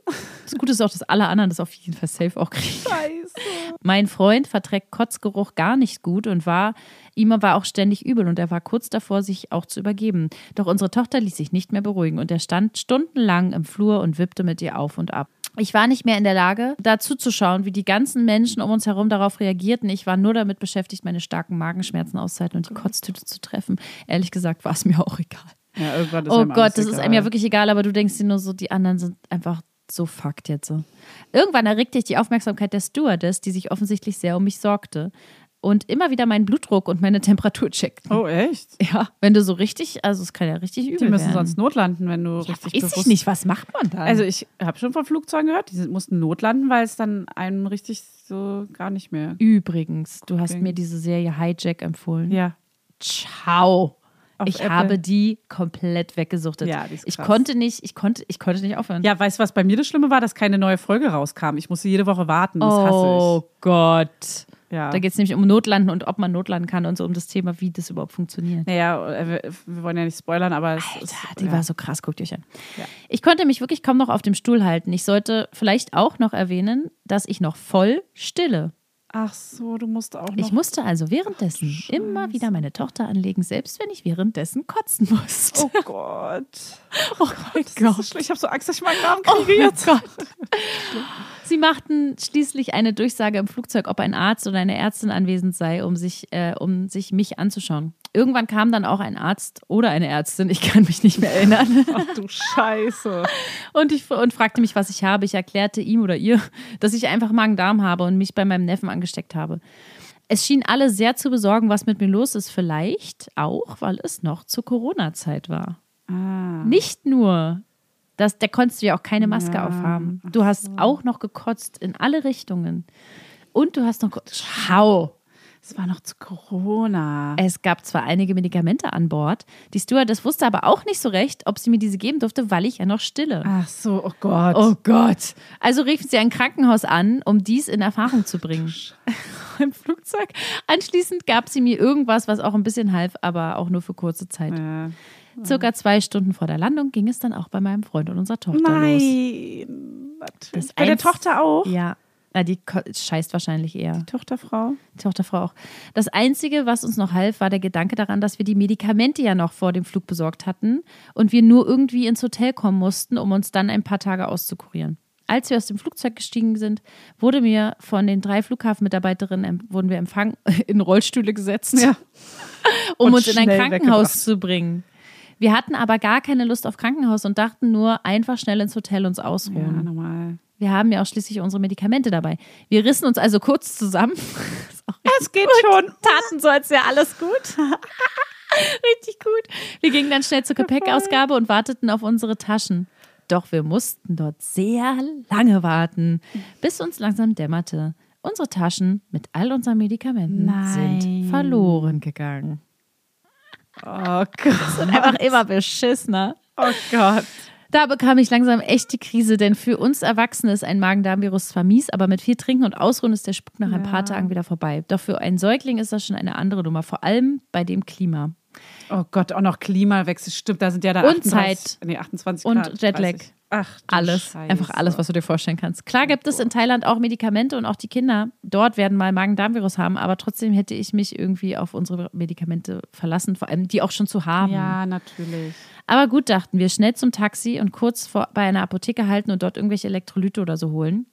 A: Das Gute ist auch, dass alle anderen das auf jeden Fall safe auch kriegen.
C: Scheiße.
A: Mein Freund verträgt Kotzgeruch gar nicht gut und war, ihm war auch ständig übel und er war kurz davor, sich auch zu übergeben. Doch unsere Tochter ließ sich nicht mehr beruhigen und er stand stundenlang im Flur und wippte mit ihr auf und ab. Ich war nicht mehr in der Lage, dazu zu schauen, wie die ganzen Menschen um uns herum darauf reagierten. Ich war nur damit beschäftigt, meine starken Magenschmerzen auszuhalten und die Kotztüte zu treffen. Ehrlich gesagt war es mir auch egal.
C: Ja, irgendwann ist
A: Oh
C: einem alles
A: Gott, das ist
C: egal.
A: einem ja wirklich egal, aber du denkst dir nur so, die anderen sind einfach so fucked jetzt. so. Irgendwann erregte ich die Aufmerksamkeit der Stewardess, die sich offensichtlich sehr um mich sorgte und immer wieder meinen Blutdruck und meine Temperatur checkten.
C: Oh, echt?
A: Ja, wenn du so richtig, also es kann ja richtig übel
C: Die müssen
A: werden.
C: sonst notlanden, wenn du
A: ja,
C: richtig
A: weiß ich
C: bewusst
A: nicht, was macht man dann?
C: Also ich habe schon von Flugzeugen gehört, die sind- mussten notlanden, weil es dann einem richtig so gar nicht mehr.
A: übrigens, du hast
C: Cooking.
A: mir diese Serie Hijack empfohlen.
C: Ja.
A: Ciao.
C: Auf
A: ich
C: Apple.
A: habe die komplett weggesuchtet.
C: Ja, die ist
A: ich
C: krass.
A: konnte nicht, ich konnte, ich konnte nicht aufhören.
C: Ja, weißt du, was bei mir das Schlimme war, dass keine neue Folge rauskam. Ich musste jede Woche warten. Das hasse
A: oh Gott.
C: ich. Ja.
A: Da geht es nämlich um Notlanden und ob man notlanden kann und so um das Thema, wie das überhaupt funktioniert.
C: naja, äh, wir, wir wollen ja nicht spoilern, aber es ist. äh,
A: Alter, die
C: ja.
A: war so krass, guckt ihr euch an.
C: Ja.
A: Ich konnte mich wirklich kaum noch auf dem Stuhl halten. Ich sollte vielleicht auch noch erwähnen, dass ich noch voll stille.
C: Ach so, du musst auch noch.
A: Ich musste also währenddessen immer wieder meine Tochter anlegen, selbst wenn ich währenddessen kotzen musste.
C: oh Gott.
A: Oh mein
C: Das ist so schlimm. ich habe so Angst, dass ich meinen Namen kriege jetzt.
A: Gott. Sie machten schließlich eine Durchsage im Flugzeug, ob ein Arzt oder eine Ärztin anwesend sei, um sich, äh, um sich mich anzuschauen. Irgendwann kam dann auch ein Arzt oder eine Ärztin, ich kann mich nicht mehr erinnern,
C: Ach du Scheiße.
A: und, ich, und fragte mich, was ich habe. Ich erklärte ihm oder ihr, dass ich einfach Magen-Darm habe und mich bei meinem Neffen angesteckt habe. Es schien alle sehr zu besorgen, was mit mir los ist. Vielleicht auch, weil es noch zur Corona-Zeit war.
C: Ah.
A: Nicht nur, dass da konntest du ja auch keine Maske
C: Ja,
A: aufhaben. Du hast auch noch gekotzt in alle Richtungen. Und du hast noch. Schau!
C: Es war noch zu Corona.
A: Es gab zwar einige Medikamente an Bord. Die Stewardess wusste aber auch nicht so recht, ob sie mir diese geben durfte, weil ich ja noch stille.
C: Ach so, oh Gott.
A: Oh Gott. Also riefen sie ein Krankenhaus an, um dies in Erfahrung zu bringen. Im Flugzeug. Anschließend gab sie mir irgendwas, was auch ein bisschen half, aber auch nur für kurze Zeit.
C: Äh,
A: Circa zwei Stunden vor der Landung ging es dann auch bei meinem Freund und unserer Tochter los.
C: Nein.
A: Das
C: Natürlich. Bei der
A: eins-
C: Tochter auch.
A: Ja. Na, die ko- scheißt wahrscheinlich eher.
C: Tochterfrau.
A: Tochterfrau auch. Das Einzige, was uns noch half, war der Gedanke daran, dass wir die Medikamente ja noch vor dem Flug besorgt hatten und wir nur irgendwie ins Hotel kommen mussten, um uns dann ein paar Tage auszukurieren. Als wir aus dem Flugzeug gestiegen sind, wurde mir von den drei Flughafenmitarbeiterinnen em- wurden wir empfangen, in Rollstühle gesetzt, um
C: Und
A: uns in ein
C: schnell
A: Krankenhaus
C: weggebracht.
A: zu bringen. Wir hatten aber gar keine Lust auf Krankenhaus und dachten nur, einfach schnell ins Hotel uns
C: Ja,
A: ausruhen.
C: normal.
A: Wir haben ja auch schließlich unsere Medikamente dabei. Wir rissen uns also kurz zusammen. Ist auch
C: Es geht schon.
A: taten so, als wäre alles gut. Richtig gut. Wir gingen dann schnell zur Gepäckausgabe und warteten auf unsere Taschen. Doch wir mussten dort sehr lange warten, bis uns langsam dämmerte. Unsere Taschen mit all unseren Medikamenten sind
C: Nein.
A: verloren gegangen.
C: Oh Gott.
A: Und einfach immer beschissener.
C: Oh Gott.
A: Da bekam ich langsam echt die Krise, denn für uns Erwachsene ist ein Magen-Darm-Virus zwar mies, aber mit viel Trinken und Ausruhen ist der Spuk nach ein paar Tagen wieder vorbei. Doch für einen Säugling ist das schon eine andere Nummer, vor allem bei dem Klima.
C: Oh Gott, auch noch Klimawechsel. Stimmt, da sind ja dann
A: Und
C: 38,
A: Zeit.
C: Nee, 28
A: Und
C: Grad.
A: Jetlag.
C: 30. Ach, du
A: Alles,
C: Scheiße.
A: einfach alles, was du dir vorstellen kannst. Klar gibt es in Thailand auch Medikamente und auch die Kinder dort werden mal Magen-Darm-Virus haben, aber trotzdem hätte ich mich irgendwie auf unsere Medikamente verlassen, vor allem die auch schon zu haben.
C: Ja, natürlich.
A: Aber gut, dachten wir, schnell zum Taxi und kurz vor, bei einer Apotheke halten und dort irgendwelche Elektrolyte oder so holen.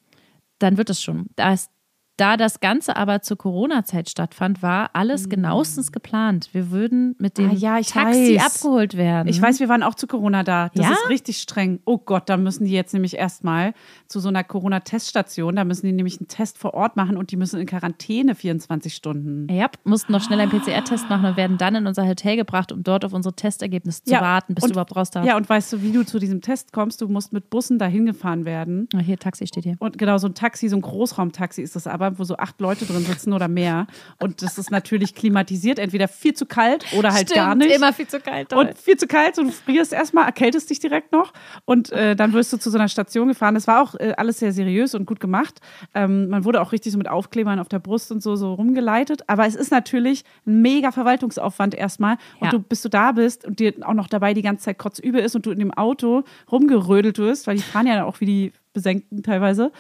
A: Dann wird es schon. Da, es, da das Ganze aber zur Corona-Zeit stattfand, war alles genauestens geplant. Wir würden mit dem
C: Mhm. Ah, ja, ich
A: Taxi
C: weiß.
A: abgeholt werden.
C: Ich weiß, wir waren auch zu Corona da. Das
A: Ja?
C: ist richtig streng. Oh Gott, da müssen die jetzt nämlich erstmal zu so einer Corona-Teststation. Da müssen die nämlich einen Test vor Ort machen und die müssen in Quarantäne 24 Stunden.
A: Ja, mussten noch schnell einen PCR-Test machen und werden dann in unser Hotel gebracht, um dort auf unsere Testergebnisse zu
C: Ja,
A: warten, bis
C: und-
A: du überhaupt raus darfst.
C: Ja, und weißt du, wie du zu diesem Test kommst? Du musst mit Bussen dahin gefahren werden.
A: Ah, Hier, Taxi steht hier.
C: Und genau, so ein Taxi, so ein Großraumtaxi ist das aber, wo so acht Leute drin sitzen oder mehr. Und das ist natürlich klimatisiert, entweder viel zu kalt oder halt gar
A: Stimmt,
C: nicht.
A: Immer viel zu kalt.
C: und viel zu kalt und du frierst erstmal, erkältest dich direkt noch und äh, dann wirst du zu so einer Station gefahren. Das war auch äh, alles sehr seriös und gut gemacht. Ähm, man wurde auch richtig so mit Aufklebern auf der Brust und so, so rumgeleitet. Aber es ist natürlich ein mega Verwaltungsaufwand erstmal. Und
A: Ja.
C: du, bis du da bist und dir auch noch dabei die ganze Zeit kotzübel ist und du in dem Auto rumgerödelt wirst, weil die fahren ja auch wie die Besenkten teilweise.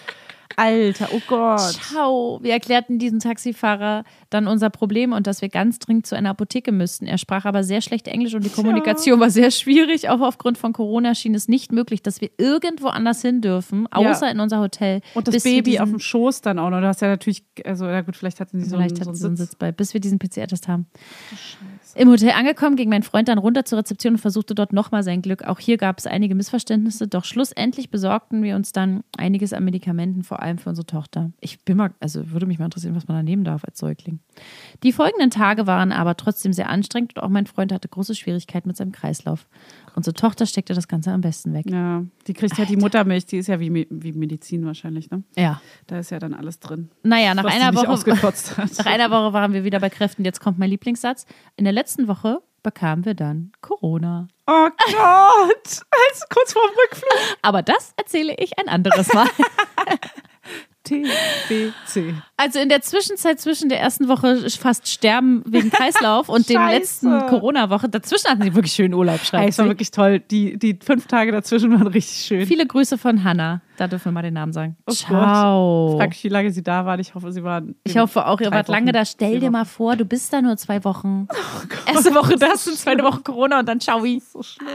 C: Alter, oh Gott.
A: Ciao. Wir erklärten diesem Taxifahrer dann unser Problem und dass wir ganz dringend zu einer Apotheke müssten. Er sprach aber sehr schlecht Englisch und die Kommunikation war sehr schwierig. Auch aufgrund von Corona schien es nicht möglich, dass wir irgendwo anders hin dürfen, außer in unser Hotel.
C: Und das
A: bis wir
C: Baby
A: diesen,
C: auf dem Schoß dann auch noch. Du hast ja natürlich, also, ja gut, vielleicht hatten die so einen,
A: Vielleicht
C: so einen
A: hatten sie so einen
C: Sitz.
A: Sitz bei, bis wir diesen PCR-Test haben. Im Hotel angekommen, ging mein Freund dann runter zur Rezeption und versuchte dort nochmal sein Glück. Auch hier gab es einige Missverständnisse, doch schlussendlich besorgten wir uns dann einiges an Medikamenten, vor allem für unsere Tochter. Ich bin mal, also würde mich mal interessieren, was man da nehmen darf als Säugling. Die folgenden Tage waren aber trotzdem sehr anstrengend und auch mein Freund hatte große Schwierigkeiten mit seinem Kreislauf. Unsere Tochter steckte das Ganze am besten weg.
C: Ja, die kriegt ja die Muttermilch, die ist ja wie, Me- wie Medizin wahrscheinlich, ne?
A: Ja.
C: Da ist ja dann alles drin.
A: Naja, nach
C: was
A: einer
C: die nicht
A: Woche.
C: ausgekotzt hat.
A: Nach einer Woche waren wir wieder bei Kräften. Jetzt kommt mein Lieblingssatz. In der letzten Woche bekamen wir dann Corona.
C: Oh Gott! Als kurz vorm Rückflug.
A: Aber das erzähle ich ein anderes Mal.
C: TBC.
A: Also in der Zwischenzeit zwischen der ersten Woche fast sterben wegen Kreislauf und dem
C: Scheiße.
A: letzten Corona-Woche. Dazwischen hatten sie wirklich schönen Urlaub,
C: Ey,
A: schreibt
C: es war
A: sie.
C: wirklich toll. Die, die fünf Tage dazwischen waren richtig schön.
A: Viele Grüße von Hanna. Da dürfen wir mal den Namen sagen.
C: Oh
A: Ciao.
C: Gott. Frag ich, wie lange sie da waren. Ich hoffe, sie waren.
A: Ich hoffe auch, ihr
C: drei
A: wart lange
C: Wochen,
A: da. Stell
C: vier
A: dir
C: Wochen. Oh
A: mal vor, du bist da nur zwei Wochen. Erste Woche das und zweite Woche Corona und dann ciao. Ah.
C: So schlimm.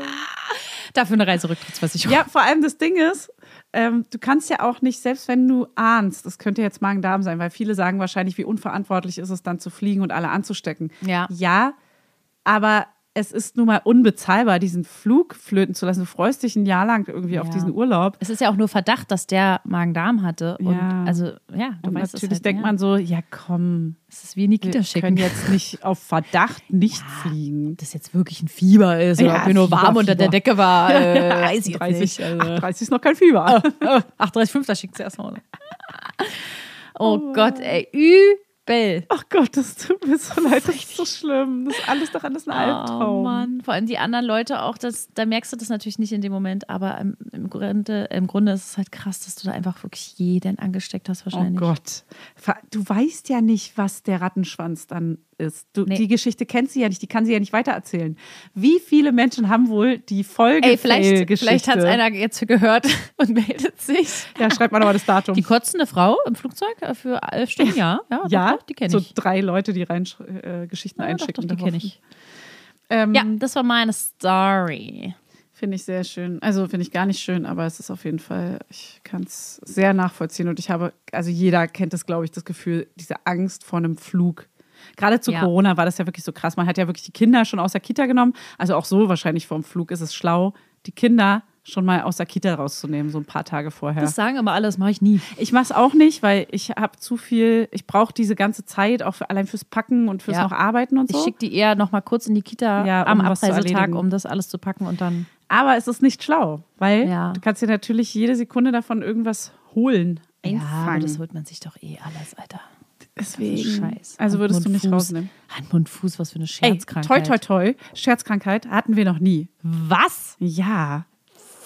A: Dafür eine Reiserücktrittsversicherung.
C: Ja, vor allem das Ding ist, ähm, du kannst ja auch nicht, selbst wenn du ahnst, das könnte jetzt Magen-Darm sein, weil viele sagen wahrscheinlich, wie unverantwortlich ist es dann zu fliegen und alle anzustecken.
A: Ja.
C: Ja, aber es ist nun mal unbezahlbar, diesen Flug flöten zu lassen. Du freust dich ein Jahr lang irgendwie auf
A: Ja.
C: diesen Urlaub.
A: Es ist ja auch nur Verdacht, dass der Magen-Darm hatte. Und
C: Ja.
A: also, ja, du
C: Und
A: weißt
C: natürlich
A: es halt,
C: denkt
A: ja.
C: man so, ja komm,
A: es ist wie Nikita
C: wir
A: schicken.
C: können jetzt nicht auf Verdacht nicht fliegen.
A: Ob das jetzt wirklich ein Fieber ist oder
C: Ja,
A: ob mir nur
C: Fieber,
A: warm unter der
C: Fieber.
A: Decke war, äh, weiß ich jetzt
C: 30,
A: nicht. Also.
C: 38 ist noch kein Fieber.
A: 38,5, da schickt sie erstmal. Oh Gott, ey, übel.
C: Ach Gott, das tut mir so leid, das ist so schlimm. Das ist alles daran ist ein Albtraum.
A: Oh Mann, vor allem die anderen Leute auch, das, da merkst du das natürlich nicht in dem Moment, aber im, im, Grunde, im Grunde ist es halt krass, dass du da einfach wirklich jeden angesteckt hast
C: Oh
A: wahrscheinlich.
C: Gott. Ver- Du weißt ja nicht, was der Rattenschwanz dann ist. Du,
A: Nee.
C: Die Geschichte kennt sie ja nicht, die kann sie ja nicht weitererzählen. Wie viele Menschen haben wohl die Folge
A: Ey, vielleicht,
C: Fail-Geschichte?
A: vielleicht hat es einer jetzt gehört und meldet sich.
C: Ja, schreibt mal nochmal das Datum.
A: Die kotzende Frau im Flugzeug äh, für elf Stunden, ja. Ja, doch,
C: ja,
A: doch, die kenne
C: so
A: ich.
C: drei Leute, die rein, äh, Geschichten
A: Ja, doch,
C: einschicken.
A: doch, die kenne ich.
C: Ähm,
A: Ja,
C: ja.
A: das war meine Story.
C: Finde ich sehr schön. Also finde ich gar nicht schön, aber es ist auf jeden Fall, ich kann es sehr nachvollziehen. Und ich habe, also jeder kennt das, glaube ich, das Gefühl, diese Angst vor einem Flug. Gerade zu
A: Ja.
C: Corona war das ja wirklich so krass. Man hat ja wirklich die Kinder schon aus der Kita genommen. Also auch so wahrscheinlich vor dem Flug ist es schlau, die Kinder schon mal aus der Kita rauszunehmen, so ein paar Tage vorher.
A: Das sagen immer alle, das mache ich nie.
C: Ich mache es auch nicht, weil ich habe zu viel, ich brauche diese ganze Zeit auch für, allein fürs Packen und fürs
A: Ja.
C: noch Arbeiten und so.
A: Ich schicke die eher noch mal kurz in die Kita
C: Ja,
A: am
C: um was zu
A: Abreisetag,
C: erledigen.
A: um das alles zu packen und dann.
C: Aber es ist nicht schlau, weil
A: Ja.
C: du kannst dir natürlich jede Sekunde davon irgendwas holen.
A: Ja, aber
C: Einfangen.
A: das holt man sich doch eh alles, Alter. Scheiß.
C: Also
A: Hand,
C: würdest du
A: Mund,
C: nicht
A: Fuß.
C: rausnehmen.
A: Hand, Mund, Fuß, was für eine
C: Ey, toi,
A: Scherzkrankheit.
C: toi, toi. Scherzkrankheit hatten wir noch nie.
A: Was?
C: Ja.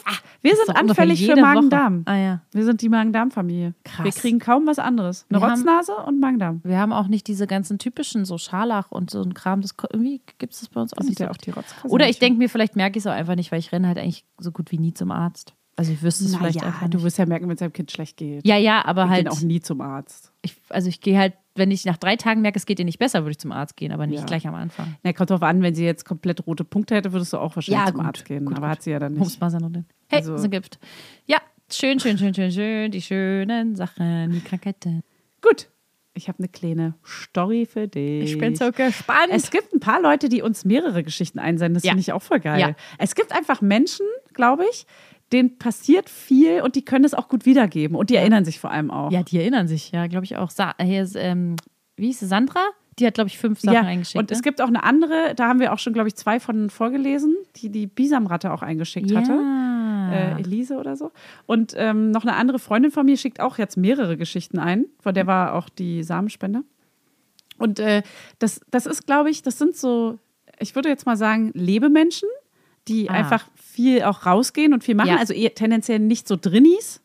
C: Ah, Wir sind
A: doch ungefähr
C: anfällig für
A: jede Woche.
C: Magen-Darm.
A: Ah, ja.
C: Wir sind die Magen-Darm-Familie.
A: Krass.
C: Wir kriegen kaum was anderes. Eine
A: Wir haben-
C: Rotznase und Magen-Darm.
A: Wir haben auch nicht diese ganzen typischen, so Scharlach und so ein Kram. Das, ko- irgendwie gibt es das bei uns auch
C: Das
A: nicht.
C: sind
A: So
C: ja auch die Rotzkassen.
A: Oder ich denke mir, vielleicht merke ich es auch einfach nicht, weil ich renne halt eigentlich so gut wie nie zum Arzt. Also ich wüsste es vielleicht
C: naja,
A: einfach
C: du
A: nicht.
C: wirst ja merken, wenn es deinem Kind schlecht geht.
A: Ja, ja, aber
C: Wir
A: halt,
C: gehen auch nie zum Arzt.
A: ich, also ich gehe halt, wenn ich nach drei Tagen merke, es geht dir nicht besser, würde ich zum Arzt gehen, aber nicht
C: Ja.
A: gleich am Anfang.
C: Na, kommt drauf an, wenn sie jetzt komplett rote Punkte hätte, würdest du auch wahrscheinlich
A: Ja,
C: zum
A: gut,
C: Arzt gehen.
A: gut,
C: aber
A: gut.
C: hat sie ja dann nicht.
A: Humps, Masern Hey,
C: Also-
A: so gibt. Ja, schön, schön, schön, schön, schön, die schönen Sachen, die Krankheiten.
C: Gut. Ich habe eine kleine Story für dich.
A: gespannt.
C: Es gibt ein paar Leute, die uns mehrere Geschichten einsenden. Das
A: Ja.
C: finde ich auch voll geil.
A: Ja.
C: Es gibt einfach Menschen, glaube ich, denen passiert viel und die können es auch gut wiedergeben. Und die erinnern sich vor allem auch.
A: ja, die erinnern sich, ja, glaube ich auch. Sa hier ist, ähm, wie hieß sie, Sandra? Die hat, glaube ich, fünf Sachen eingeschickt.
C: und
A: ne?
C: es gibt auch eine andere, da haben wir auch schon, glaube ich, zwei von vorgelesen, die die Bisamratte auch eingeschickt
A: ja.
C: hatte.
A: Ah.
C: äh, Elise oder so. Und ähm, noch eine andere Freundin von mir schickt auch jetzt mehrere Geschichten ein. Von der war auch die Samenspende. Und äh, das, das ist, glaube ich, das sind so, ich würde jetzt mal sagen, Lebemenschen, die
A: Ah.
C: einfach viel auch rausgehen und viel machen.
A: Ja.
C: Also eher tendenziell nicht so Drinnis,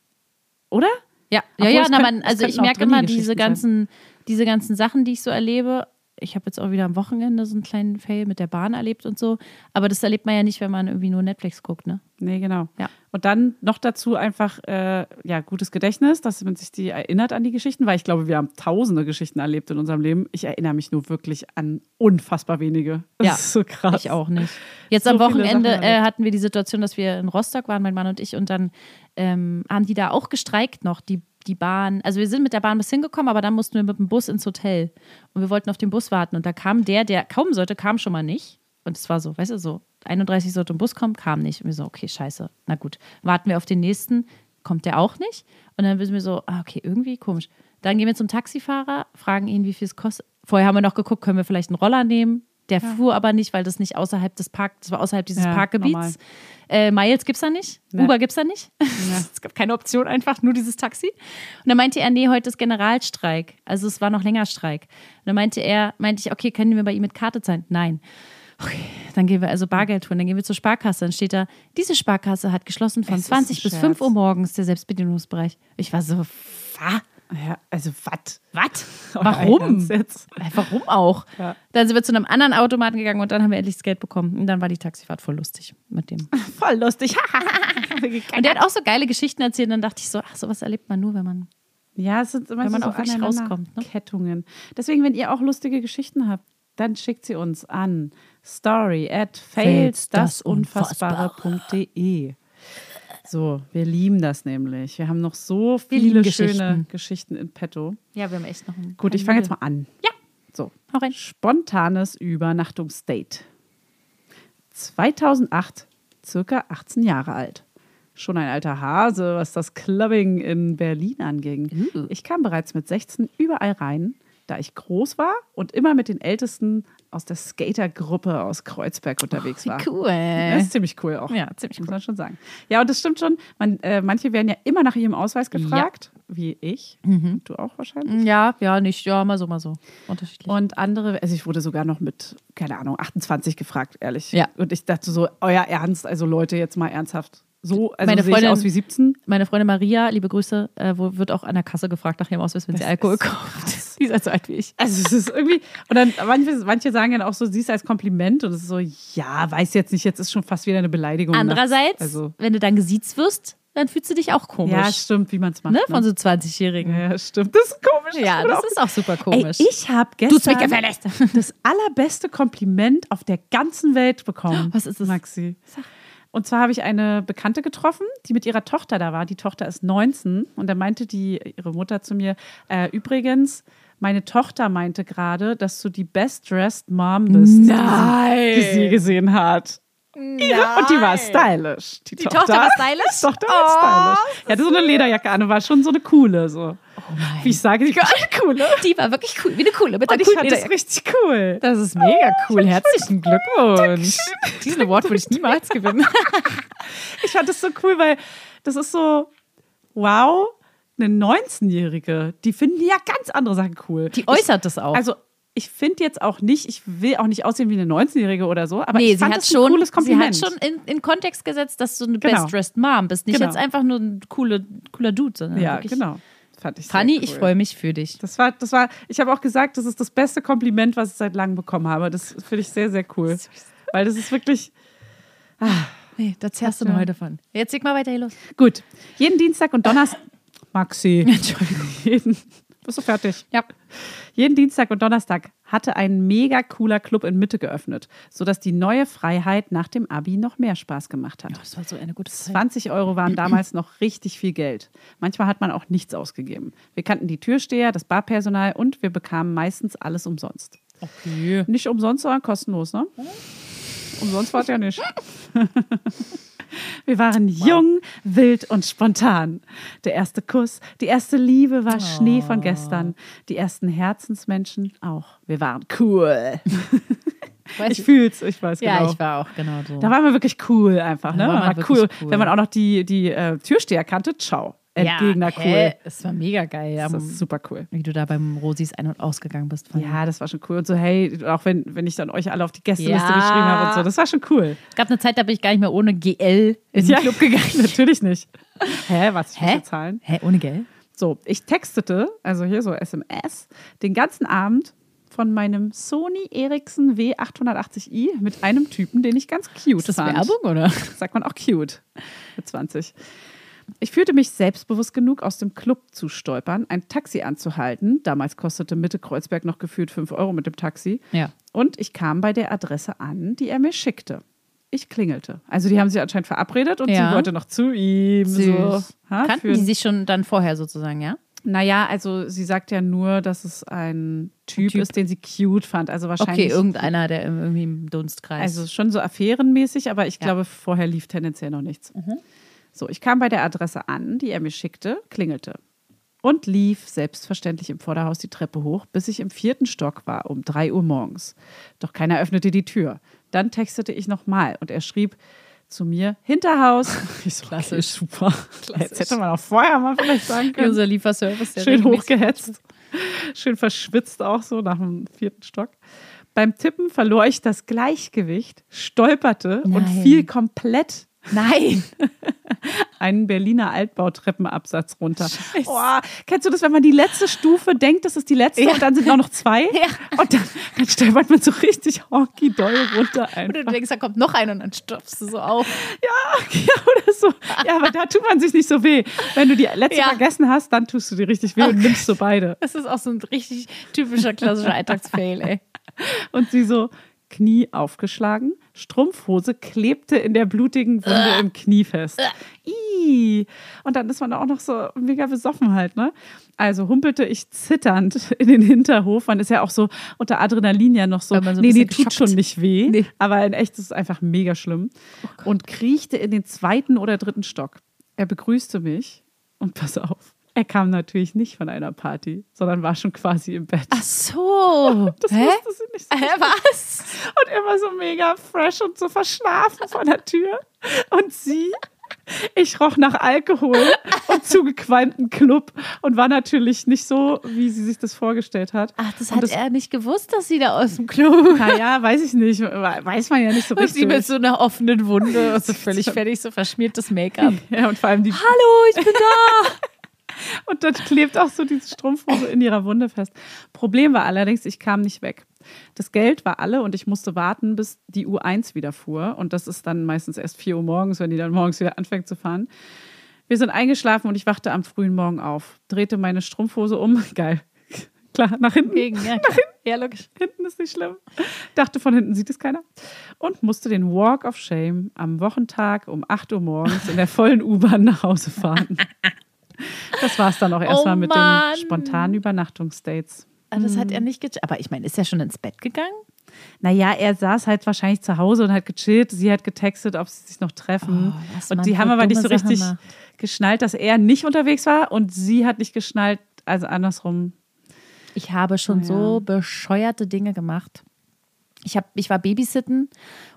C: oder?
A: Ja, ja,
C: Obwohl,
A: ja
C: es
A: na,
C: könnten-
A: man,
C: es
A: also ich
C: könnten auch
A: merke immer
C: Drini-Geschichten
A: diese
C: sein.
A: ganzen, diese ganzen Sachen, die ich so erlebe. Ich habe jetzt auch wieder am Wochenende so einen kleinen Fail mit der Bahn erlebt und so. Aber das erlebt man ja nicht, wenn man irgendwie nur Netflix guckt, ne?
C: Nee, genau.
A: Ja.
C: Und dann noch dazu einfach äh, ja, gutes Gedächtnis, dass man sich die erinnert an die Geschichten, weil ich glaube, wir haben tausende Geschichten erlebt in unserem Leben. Ich erinnere mich nur wirklich an unfassbar wenige. Das
A: Ja,
C: ist so krass.
A: Ich auch nicht. Jetzt
C: So
A: am
C: viele
A: Wochenende
C: Sachen
A: äh,
C: erlebt.
A: hatten wir die Situation, dass wir in Rostock waren, mein Mann und ich, und dann ähm, haben die da auch gestreikt noch, die, die Bahn. Also wir sind mit der Bahn bis hingekommen, aber dann mussten wir mit dem Bus ins Hotel. Und wir wollten auf den Bus warten. Und da kam der, der kaum sollte, kam schon mal nicht. Und es war so, weißt du, so 31 sollte ein Bus kommen, kam nicht. Und wir so, okay, scheiße. Na gut, warten wir auf den nächsten, kommt der auch nicht. Und dann wissen wir so, ah, okay, irgendwie komisch. Dann gehen wir zum Taxifahrer, fragen ihn, wie viel es kostet. Vorher haben wir noch geguckt, können wir vielleicht einen Roller nehmen. Der fuhr aber nicht, weil das nicht außerhalb des Park, das war außerhalb dieses
C: Ja, normal.
A: Parkgebiets. Äh, Miles gibt's da nicht,
C: Nee.
A: Uber gibt's da nicht. es gab keine Option, einfach nur dieses Taxi. Und dann meinte er, nee, heute ist Generalstreik. Also es war noch länger Streik. Und dann meinte er, meinte ich, okay, können wir bei ihm mit Karte zahlen? Nein. Okay, dann gehen wir also Bargeld holen, dann gehen wir zur Sparkasse. Dann steht da, diese Sparkasse hat geschlossen von
C: Es ist ein
A: 20 bis
C: Scherz.
A: 5 Uhr morgens, der Selbstbedienungsbereich. Ich war so, wa?
C: Ja, also was?
A: Was? Warum? Äh, Warum auch?
C: Ja.
A: Dann sind wir zu einem anderen Automaten gegangen und dann haben wir endlich das Geld bekommen. Und dann war die Taxifahrt voll lustig mit dem.
C: Voll lustig.
A: Und der hat auch so geile Geschichten erzählt. Und dann dachte ich so, ach, sowas erlebt man nur, wenn man.
C: ja, es sind immer
A: Wenn man
C: so
A: auch wirklich
C: aneinander
A: rauskommt, ne?
C: Kettungen. Deswegen, wenn ihr auch lustige Geschichten habt, dann schickt sie uns an story at failsdasunfassbare.de. So, wir lieben das nämlich. Wir haben noch so viele
A: lieben
C: schöne
A: Geschichten.
C: Geschichten in petto.
A: Ja, wir haben echt noch einen.
C: Gut, ich fange jetzt mal an.
A: Ja,
C: So,
A: hau rein.
C: Spontanes Übernachtungsdate. 2008, circa 18 Jahre alt. Schon ein alter Hase, was das Clubbing in Berlin anging.
A: Uh.
C: Ich kam bereits mit 16 überall rein, da ich groß war und immer mit den Ältesten aus der Skatergruppe aus Kreuzberg unterwegs
A: Oh, Wie
C: war. Das
A: cool.
C: ist ziemlich cool auch.
A: Ja, ziemlich
C: Muss
A: cool.
C: man schon sagen. Ja, und das stimmt schon. Man, äh, manche werden ja immer nach ihrem Ausweis gefragt, wie ich.
A: Mhm.
C: Du auch wahrscheinlich.
A: Ja, ja, nicht. Ja, mal so, mal so. Unterschiedlich.
C: Und andere, also ich wurde sogar noch mit, keine Ahnung, 28 gefragt, ehrlich.
A: Ja.
C: Und ich dachte so, euer Ernst, also Leute, jetzt mal ernsthaft. So, also
A: Meine
C: sehe ich
A: Freundin-
C: aus wie 17.
A: Meine Freundin Maria, liebe Grüße, äh, wo- wird auch an der Kasse gefragt nach ihrem Ausweis, wenn sie Alkohol kauft. Die ist halt so alt wie ich.
C: Also es ist irgendwie, und dann manche, manche sagen dann auch so, siehst als Kompliment und es ist so, ja, weiß jetzt nicht, jetzt ist schon fast wieder eine Beleidigung.
A: Andererseits,
C: nachts. Also,
A: wenn du dann gesiezt wirst, dann fühlst du dich auch komisch.
C: ja, stimmt, wie man es macht.
A: ne? Von
C: ne?
A: so 20-Jährigen.
C: ja, stimmt. Das ist komisch.
A: Ja,
C: wurde
A: das
C: auch
A: ist auch super komisch.
C: Ey, ich habe
A: Du hast
C: gestern
A: mich gefälligst.
C: das allerbeste Kompliment auf der ganzen Welt bekommen.
A: Was ist es?
C: Maxi? Und zwar habe ich eine Bekannte getroffen, die mit ihrer Tochter da war. Die Tochter ist 19 und da meinte die ihre Mutter zu mir äh, übrigens. Meine Tochter meinte gerade, dass du die best dressed Mom bist,
A: Nein.
C: die sie gesehen hat. Ihre, und die war stylisch. Die,
A: Tochter war stylish? Oh,
C: Die Tochter war stylisch. Die hatte so eine Lederjacke an und war schon so eine coole. So. Wie ich sage, die coole.
A: Die Oh war wirklich cool, wie eine coole. Mit
C: Und
A: einer
C: ich
A: coolen
C: fand das
A: Lederjacke.
C: richtig cool.
A: Das ist mega cool. Herzlichen Glückwunsch. Diesen Award würde ich niemals gewinnen.
C: Ich fand das so cool, weil das ist so, wow, eine 19-Jährige, die finden ja ganz andere Sachen cool.
A: Die äußert das auch.
C: Ich, also ich finde jetzt auch nicht, ich will auch nicht aussehen wie eine 19-Jährige oder so, aber
A: nee,
C: ich fand
A: sie hat
C: das
A: schon,
C: ein cooles
A: sie
C: Kompliment.
A: hat schon in, in Kontext gesetzt, dass du eine
C: Genau.
A: Best-Dressed Mom bist. Nicht
C: Genau.
A: jetzt einfach nur ein coole, cooler Dude, sondern
C: ja,
A: wirklich.
C: genau. Fand ich sehr
A: Fanny,
C: cool.
A: ich freue mich für dich.
C: Das war, das war, ich habe auch gesagt, das ist das beste Kompliment, was ich seit langem bekommen habe. Das finde ich sehr, sehr cool. Weil das ist wirklich,
A: Nee, da zerrst du
C: mir
A: mir
C: heute
A: heute von. Jetzt leg mal weiter hier los.
C: Gut. Jeden Dienstag und Donnerstag. Maxi. Entschuldigung. Jeden. Bist du fertig?
A: Ja.
C: Jeden Dienstag und Donnerstag hatte ein mega cooler Club in Mitte geöffnet, sodass die neue Freiheit nach dem Abi noch mehr Spaß gemacht hat.
A: Oh, Das war so eine gute Zeit.
C: 20 Euro waren damals noch richtig viel Geld. Manchmal hat man auch nichts ausgegeben. Wir kannten die Türsteher, das Barpersonal und wir bekamen meistens alles umsonst.
A: Okay.
C: Nicht umsonst, sondern kostenlos, ne? Umsonst war es ja nicht. Wir waren jung, wild und spontan. Der erste Kuss, die erste Liebe war Schnee
A: Oh.
C: von gestern. Die ersten Herzensmenschen auch. Wir waren cool. Ich fühl's, ich weiß
A: ja,
C: genau.
A: ich war auch genau so.
C: Da waren wir wirklich cool einfach, ne?
A: Da war
C: Man
A: man
C: war
A: wirklich
C: cool.
A: cool.
C: Wenn man auch noch die, die äh, Türsteher kannte, ciao. Entgegner
A: ja,
C: cool.
A: hä, Es war mega geil, ja,
C: Das ist super cool.
A: wie du da beim Rosis ein- und ausgegangen bist. Fanny.
C: Ja, das war schon cool. Und so, hey, auch wenn, wenn ich dann euch alle auf die Gästeliste
A: Ja.
C: geschrieben habe und so, das war schon cool.
A: Es gab eine Zeit, da bin ich gar nicht mehr ohne GL in den
C: Ja.
A: Club gegangen.
C: Natürlich nicht. Hä, was? Ich muss ja zahlen.
A: Hä, ohne GL?
C: So, ich textete, also hier so SMS, den ganzen Abend von meinem Sony Ericsson W880i mit einem Typen, den ich ganz cute
A: Ist das
C: fand.
A: Werbung oder?
C: Sagt man auch cute mit 20. Ich fühlte mich selbstbewusst genug, aus dem Club zu stolpern, ein Taxi anzuhalten. Damals kostete Mitte Kreuzberg noch gefühlt 5 Euro mit dem Taxi.
A: Ja.
C: Und ich kam bei der Adresse an, die er mir schickte. Ich klingelte. Also die haben sich anscheinend verabredet und
A: Ja.
C: sie wollte noch zu ihm. So,
A: Süß.
C: ha,
A: Kannten
C: für-
A: die sich schon dann vorher sozusagen, ja?
C: Naja, also sie sagt ja nur, dass es ein Typ,
A: Typ.
C: ist, den sie cute fand. Also
A: Okay,
C: wahrscheinlich.
A: irgendeiner, der im- irgendwie im Dunstkreis.
C: also schon so affärenmäßig, aber ich
A: Ja.
C: glaube, vorher lief tendenziell noch nichts. So, ich kam bei der Adresse an, die er mir schickte, klingelte und lief selbstverständlich im Vorderhaus die Treppe hoch, bis ich im vierten Stock war, um 3 Uhr morgens. Doch keiner öffnete die Tür. Dann textete ich nochmal und er schrieb zu mir, Hinterhaus. Ich so,
A: Klassisch.
C: super. Jetzt hätte man auch vorher mal vielleicht sagen können.
A: unser Lieferservice. der
C: Schön
A: regelmäßig-
C: hochgehetzt. Schön verschwitzt auch so nach dem vierten Stock. Beim Tippen verlor ich das Gleichgewicht, stolperte und
A: Nein.
C: fiel komplett
A: Nein.
C: einen Berliner Altbautreppenabsatz runter. Oh, kennst du das, wenn man die letzte Stufe denkt, das ist die letzte
A: Ja.
C: und dann sind auch noch zwei?
A: Ja.
C: Und dann, dann stolpert man so richtig honky doll runter
A: Und
C: einfach.
A: du denkst, da kommt noch einer und dann stopfst du so auf.
C: Ja, oder so. Ja, aber da tut man sich nicht so weh. Wenn du die letzte
A: Ja.
C: vergessen hast, dann tust du dir richtig weh und nimmst so beide.
A: Das ist auch so ein richtig typischer, klassischer Alltagsfail, ey.
C: Und sie so, Knie aufgeschlagen, Strumpfhose klebte in der blutigen Wunde im Knie fest. Ih. Und dann ist man auch noch so mega besoffen halt, ne? Also humpelte ich zitternd in den Hinterhof. Man ist ja auch so unter Adrenalin ja noch so,
A: Weil man so ein
C: nee, nee,
A: bisschen
C: tut schon
A: geschockt.
C: nicht weh.
A: Nee. Oh
C: Aber in echt ist es einfach mega schlimm. und kriechte in den zweiten oder dritten Stock. Er begrüßte mich und pass auf, Er kam natürlich nicht von einer Party, sondern war schon quasi im Bett.
A: Ach so.
C: Das
A: Hä?
C: wusste sie nicht.
A: Hä, was?
C: Und er war so mega fresh und so verschlafen vor der Tür. Und sie, ich roch nach Alkohol und zugequalmten Club und war natürlich nicht so, wie sie sich das vorgestellt hat.
A: Ach, das
C: Und
A: hat er nicht gewusst, dass sie da aus dem Club.
C: Naja, weiß ich nicht. Weiß man ja nicht so
A: Und sie
C: richtig.
A: mit so einer offenen Wunde und so völlig fertig, so Ah, verschmiertes Make-up.
C: ja, und vor allem die
A: Hallo, ich bin da.
C: Und dort klebt auch so diese Strumpfhose in ihrer Wunde fest. Problem war allerdings, ich kam nicht weg. Das Geld war alle und ich musste warten, bis die U1 wieder fuhr. Und das ist dann meistens erst 4 Uhr morgens, wenn die dann morgens wieder anfängt zu fahren. Wir sind eingeschlafen und ich wachte am frühen Morgen auf, drehte meine Strumpfhose um. Geil. Klar, nach hinten.
A: Gegen, ja, klar. ja, logisch.
C: Hinten ist nicht schlimm. Dachte, von hinten sieht es keiner. Und musste den Walk of Shame am Wochentag um 8 Uhr morgens in der vollen U-Bahn nach Hause fahren. Das war es dann auch erstmal mit
A: Mann.
C: den spontanen Übernachtungsdates.
A: Aber Ah, das hat er nicht gecheckt. Aber ich meine, ist er schon ins Bett gegangen?
C: Naja, er saß halt wahrscheinlich zu Hause und hat gechillt. Sie hat getextet, ob sie sich noch treffen.
A: Oh, was man
C: und die
A: für
C: haben aber nicht
A: dumme
C: so
A: Sachen
C: richtig
A: macht.
C: geschnallt, dass er nicht unterwegs war und sie hat nicht geschnallt. Also andersrum.
A: Ich habe schon so bescheuerte Dinge gemacht. Ich, hab, ich war Babysitten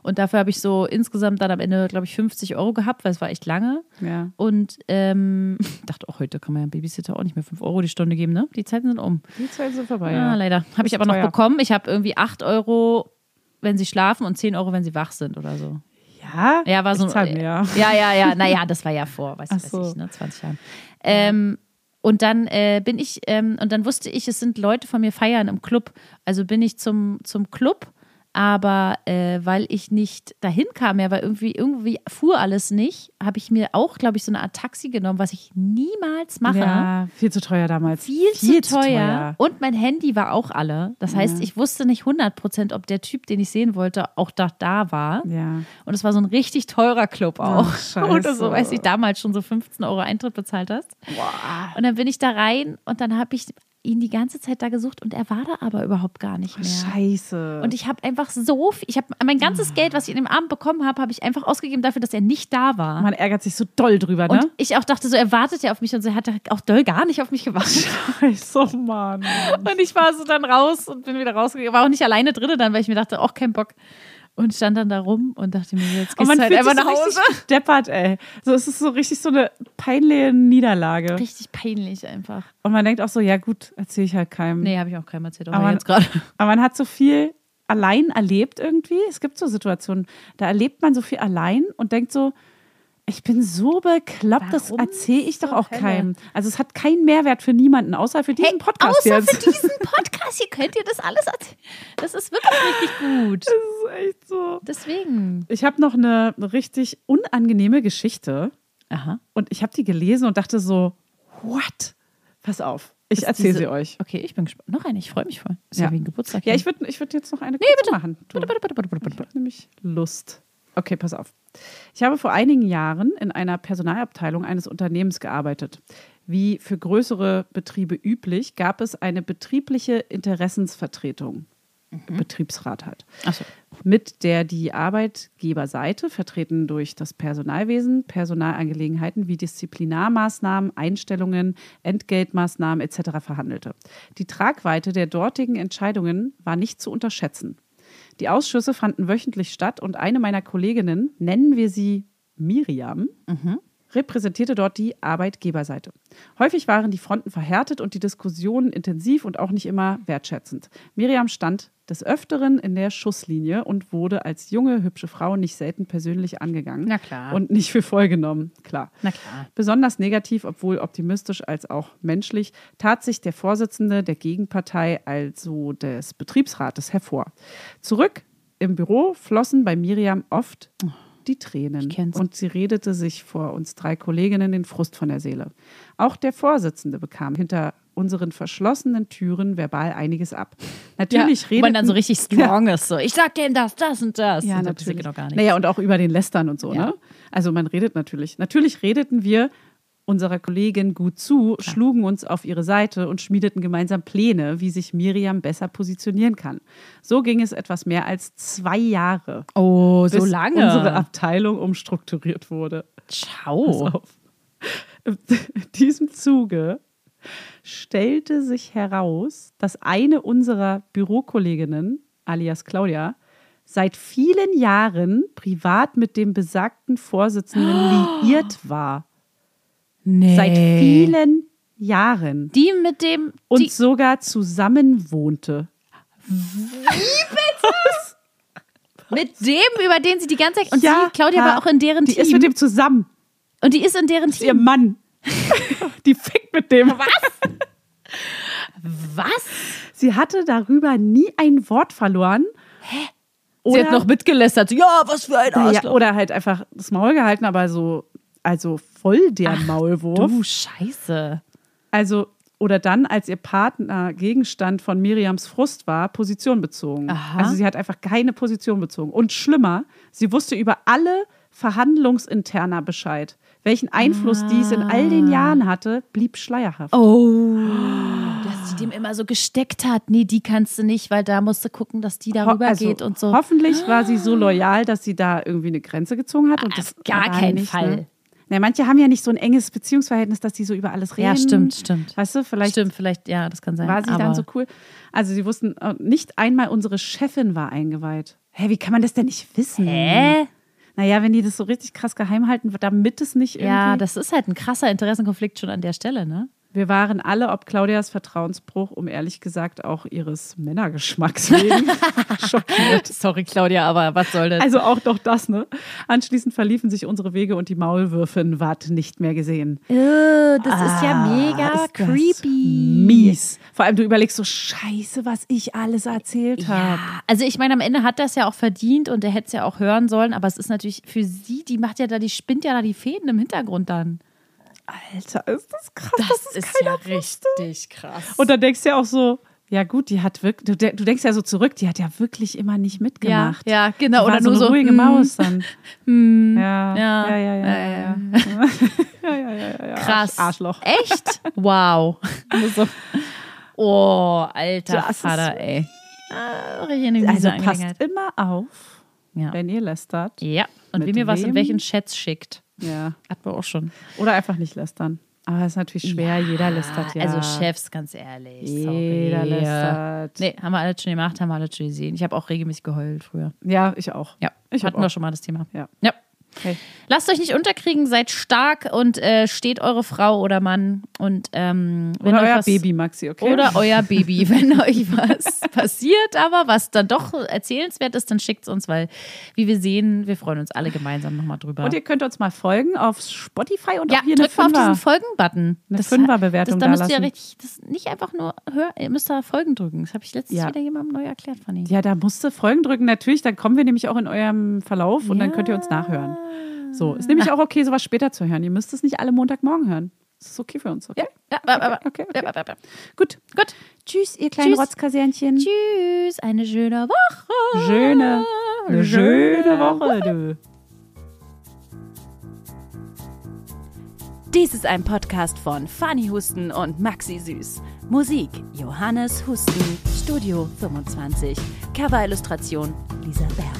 A: und dafür habe ich so insgesamt dann am Ende, glaube ich, 50 Euro gehabt, weil es war echt lange.
C: Ja.
A: Und ähm, dachte auch, heute kann man ja einem Babysitter auch nicht mehr 5 Euro die Stunde geben, ne? Die Zeiten sind um.
C: Die Zeiten sind
A: Ah,
C: vorbei. Oh ja.
A: leider. Habe ich
C: Ist
A: aber noch
C: teuer.
A: bekommen. Ich habe irgendwie 8 Euro, wenn sie schlafen und 10 Euro, wenn sie wach sind oder so.
C: Ja, äh,
A: Ja, war so äh,
C: ich zahl mehr.
A: Ja, ja, ja. Naja, das war ja vor, weiß,
C: Ach
A: weiß
C: so.
A: ich, ne, 20 Jahren. Ähm, und dann äh, bin ich, ähm, und dann wusste ich, es sind Leute von mir feiern im Club. Also bin ich zum, zum Club, aber äh, weil ich nicht dahin kam, ja, weil irgendwie, irgendwie fuhr alles nicht, habe ich mir auch, glaube ich, so eine Art Taxi genommen, was ich niemals mache.
C: Ja, viel zu teuer damals.
A: Viel, zu, teuer. Und mein Handy war auch alle. Das heißt, ich wusste nicht 100 Prozent, ob der Typ, den ich sehen wollte, auch da, da war.
C: Ja.
A: Und es war so ein richtig teurer Club auch.
C: Ach,
A: Oder
C: scheiße.
A: so, weiß ich, damals schon so 15 Euro Eintritt bezahlt hast. Und dann bin ich da rein und dann habe ich ihn die ganze Zeit da gesucht und er war da aber überhaupt gar nicht mehr.
C: Scheiße. Ah.
A: Und ich habe einfach so viel, ich habe mein ganzes Geld, was ich in dem Abend bekommen habe, habe ich einfach ausgegeben dafür, dass er nicht da war.
C: man ärgert sich so doll drüber,
A: und
C: ne?
A: ich auch dachte so, er wartet ja auf mich und so, er hat ja auch doll gar nicht auf mich gewartet.
C: Scheiße, oh Mann.
A: Und ich war so dann raus und bin wieder rausgegangen. War auch nicht alleine drinne dann, weil ich mir dachte, auch kein Bock. Und stand dann da rum und dachte mir, jetzt
C: Und
A: gehst
C: man
A: du halt
C: fühlt
A: einfach
C: sich
A: nach
C: so
A: Hause.
C: richtig deppert, ey. So, es ist so richtig so eine peinliche Niederlage.
A: Richtig peinlich einfach.
C: Und man denkt auch so, ja gut, erzähle ich halt keinem.
A: Nee, habe ich auch keinem erzählt.
C: Aber-
A: Aber jetzt gerade.
C: Aber man hat so viel allein erlebt irgendwie. Es gibt so Situationen, da erlebt man so viel allein und denkt so, ich bin so bekloppt, das
A: Warum
C: erzähle ich doch
A: zur
C: auch
A: Hölle?
C: keinem. Also es hat keinen Mehrwert für niemanden, außer für diesen Podcast
A: außer
C: jetzt.
A: für diesen Podcast. Hier könnt ihr das alles erzählen. Das ist wirklich richtig gut.
C: das ist echt so.
A: Deswegen.
C: Ich habe noch eine richtig unangenehme Geschichte
A: Aha.
C: und ich habe die gelesen und dachte so, what? Pass auf, ich
A: Ist
C: erzähle
A: diese-
C: sie euch.
A: Okay, ich bin gespannt. Noch eine, ich freue mich voll. Ist ja,
C: Ja.
A: wie ein Geburtstag.
C: Ja,
A: hier.
C: ich würde ich würd jetzt noch eine kurz
A: bitte.
C: machen. Du.
A: Bitte, bitte, bitte, bitte, bitte,
C: Ich
A: bitte.
C: habe nämlich Lust. Okay, pass auf. Ich habe vor einigen Jahren in einer Personalabteilung eines Unternehmens gearbeitet. Wie für größere Betriebe üblich, gab es eine betriebliche Interessensvertretung,
A: Mhm.
C: Betriebsrat halt,
A: Achso.
C: mit der die Arbeitgeberseite, vertreten durch das Personalwesen, Personalangelegenheiten wie Disziplinarmaßnahmen, Einstellungen, Entgeltmaßnahmen etc. verhandelte. Die Tragweite der dortigen Entscheidungen war nicht zu unterschätzen. Die Ausschüsse fanden wöchentlich statt und eine meiner Kolleginnen, nennen wir sie Miriam,
A: Mhm.
C: repräsentierte dort die Arbeitgeberseite. Häufig waren die Fronten verhärtet und die Diskussionen intensiv und auch nicht immer wertschätzend. Miriam stand des Öfteren in der Schusslinie und wurde als junge, hübsche Frau nicht selten persönlich angegangen
A: Na klar.
C: und nicht für voll genommen, klar.
A: Na klar.
C: Besonders negativ, obwohl optimistisch als auch menschlich, tat sich der Vorsitzende der Gegenpartei, also des Betriebsrates, hervor. Zurück im Büro flossen bei Miriam oft die Tränen
A: Ich kenn's.
C: und sie redete sich vor uns drei Kolleginnen den Frust von der Seele. Auch der Vorsitzende bekam hinter unseren verschlossenen Türen verbal einiges ab. Natürlich
A: Wo
C: redeten
A: man dann so richtig strong ist. So, ich sag dem das, das und das.
C: ja,
A: und das
C: natürlich.
A: passiert Genau gar nicht.
C: Naja, und auch über den Lästern und so,
A: Ja.
C: ne? Also man redet natürlich. Natürlich redeten wir unserer Kollegin gut zu, schlugen uns auf ihre Seite und schmiedeten gemeinsam Pläne, wie sich Miriam besser positionieren kann. So ging es etwas mehr als zwei Jahre,
A: oh,
C: bis
A: so lange.
C: unsere Abteilung
A: Oh.
C: umstrukturiert wurde.
A: Ciao.
C: Pass auf. In diesem Zuge stellte sich heraus, dass eine unserer Bürokolleginnen, alias Claudia, seit vielen Jahren privat mit dem besagten Vorsitzenden liiert war.
A: Nee.
C: Seit vielen Jahren.
A: Die mit dem.
C: Und
A: die,
C: sogar zusammen wohnte.
A: mit dem, über den sie die ganze Zeit. Und
C: Ja,
A: sie, Claudia,
C: ja.
A: war auch in deren
C: Die
A: Team.
C: ist mit dem zusammen.
A: und die ist in deren
C: Ihr
A: Team.
C: Mann. Die fickt mit dem.
A: Was?
C: Sie hatte darüber nie ein Wort verloren. Hä? Oder,
A: mitgelästert. Ja, was für ein
C: ja, oder halt einfach das Maul gehalten, aber so, also voll der Maulwurf.
A: Du Scheiße.
C: Also, oder dann, als ihr Partner Gegenstand von Miriams Frust war, Position bezogen.
A: Aha.
C: Also sie hat einfach keine Position bezogen. Und schlimmer, sie wusste über alle Verhandlungsinterner Bescheid. Welchen Einfluss dies in all den Jahren hatte, blieb schleierhaft.
A: Ah. Oh. Dass sie dem immer so gesteckt hat. Nee, die kannst du nicht, weil da musst du gucken, dass die
C: Ho-
A: darüber
C: also,
A: geht und so. Ah.
C: Hoffentlich war sie so loyal, dass sie da irgendwie eine Grenze gezogen hat. Und
A: Auf
C: das
A: gar
C: aber
A: keinen
C: nicht,
A: Fall.
C: Ne? Na, manche haben ja nicht so ein enges Beziehungsverhältnis, dass die so über alles reden.
A: Ja, stimmt, stimmt.
C: Weißt du, vielleicht
A: Stimmt, vielleicht, ja, das kann sein.
C: war sie
A: aber
C: dann so cool. Also sie wussten, äh, nicht einmal unsere Chefin war eingeweiht. Hä, wie kann man das denn nicht wissen?
A: Hä?
C: Naja, wenn die das so richtig krass geheim halten, damit es nicht irgendwie...
A: Ja, das ist halt ein krasser Interessenkonflikt schon an der Stelle, ne?
C: Wir waren alle, ob Claudias Vertrauensbruch, um ehrlich gesagt auch ihres Männergeschmacks wegen, schockiert.
A: Sorry, Claudia, aber was soll das?
C: Also auch noch das, ne? Anschließend verliefen sich unsere Wege und die Maulwürfin ward nicht mehr gesehen.
A: Also, äh, das Ah, ist ja mega
C: ist das
A: creepy.
C: Mies. Vor allem, du überlegst so, scheiße, was ich alles erzählt habe.
A: Ja, also ich meine, am Ende hat das ja auch verdient und er hätte es ja auch hören sollen, aber es ist natürlich für sie, die macht ja da, die spinnt ja da die Fäden im Hintergrund dann.
C: Alter, ist das krass, das dass das ist keiner wusste.
A: richtig krass.
C: Und dann denkst du ja auch so, ja gut, die hat wirklich, du, de- du denkst ja so zurück, die hat ja wirklich immer nicht mitgemacht.
A: Ja, ja, genau.
C: Die war
A: Oder
C: so
A: nur so,
C: eine ruhige
A: mm.
C: Maus dann. ja,
A: ja,
C: ja, ja, ja,
A: ja,
C: ja, ja, ja, ja, ja, ja.
A: krass.
C: Arschloch.
A: Echt? Wow.
C: So.
A: Oh, alter
C: Das ist-
A: Vater, ey. Ah, richtig eine miese
C: Also
A: Angelegenheit.
C: passt immer auf,
A: Ja.
C: wenn ihr lästert.
A: ja, und
C: Mit
A: wem ihr was in
C: wem?
A: welchen Chats schickt.
C: Ja.
A: Hat man auch schon.
C: Oder einfach nicht lästern. Aber es ist natürlich schwer, jeder lästert ja.
A: Also Chefs, ganz ehrlich.
C: Jeder
A: sorry.
C: lästert.
A: Nee, haben wir alle schon gemacht, haben wir alle schon gesehen. Ich habe auch regelmäßig geheult früher.
C: Ja, ich auch.
A: Ja,
C: ich hab
A: hatten wir
C: auch.
A: schon mal das Thema.
C: Ja.
A: ja.
C: Okay.
A: Lasst euch nicht unterkriegen, seid stark und äh, steht eure Frau oder Mann und ähm, wenn
C: Oder
A: euch
C: euer
A: was,
C: Baby, Maxi, okay?
A: Oder euer Baby, wenn euch was passiert, aber was dann doch erzählenswert ist, dann schickt es uns, weil, wie wir sehen, wir freuen uns alle gemeinsam nochmal drüber.
C: Und ihr könnt uns mal folgen auf Spotify und
A: ja,
C: auch hier eine
A: drückt mal auf
C: Fünfer.
A: diesen Folgen-Button.
C: Eine Fünfer-Bewertung
A: das- Da müsst ihr ja
C: dalassen.
A: richtig, das ist nicht einfach nur, hör, ihr müsst da Folgen drücken. Das habe ich letztens
C: Ja.
A: wieder jemandem neu erklärt, Fanny.
C: Ja, da musst du Folgen drücken, natürlich. Dann kommen wir nämlich auch in eurem Verlauf und dann
A: Ja.
C: könnt ihr uns nachhören. So, ist nämlich auch okay, sowas später zu hören. Ihr müsst es nicht alle Montagmorgen hören. Das ist okay für uns, okay?
A: Ja, aber-
C: Okay, okay.
A: aber- aber-
C: Gut.
A: Gut.
C: Tschüss, ihr kleinen
A: Tschüss.
C: Rotzkasernchen.
A: Tschüss, eine schöne Woche.
C: Schöne, eine schöne Woche, du.
D: Dies ist ein Podcast von Fanny Husten und Maxi Süß. Musik Johannes Husten, Studio 25. Cover-Illustration Lisa Berg.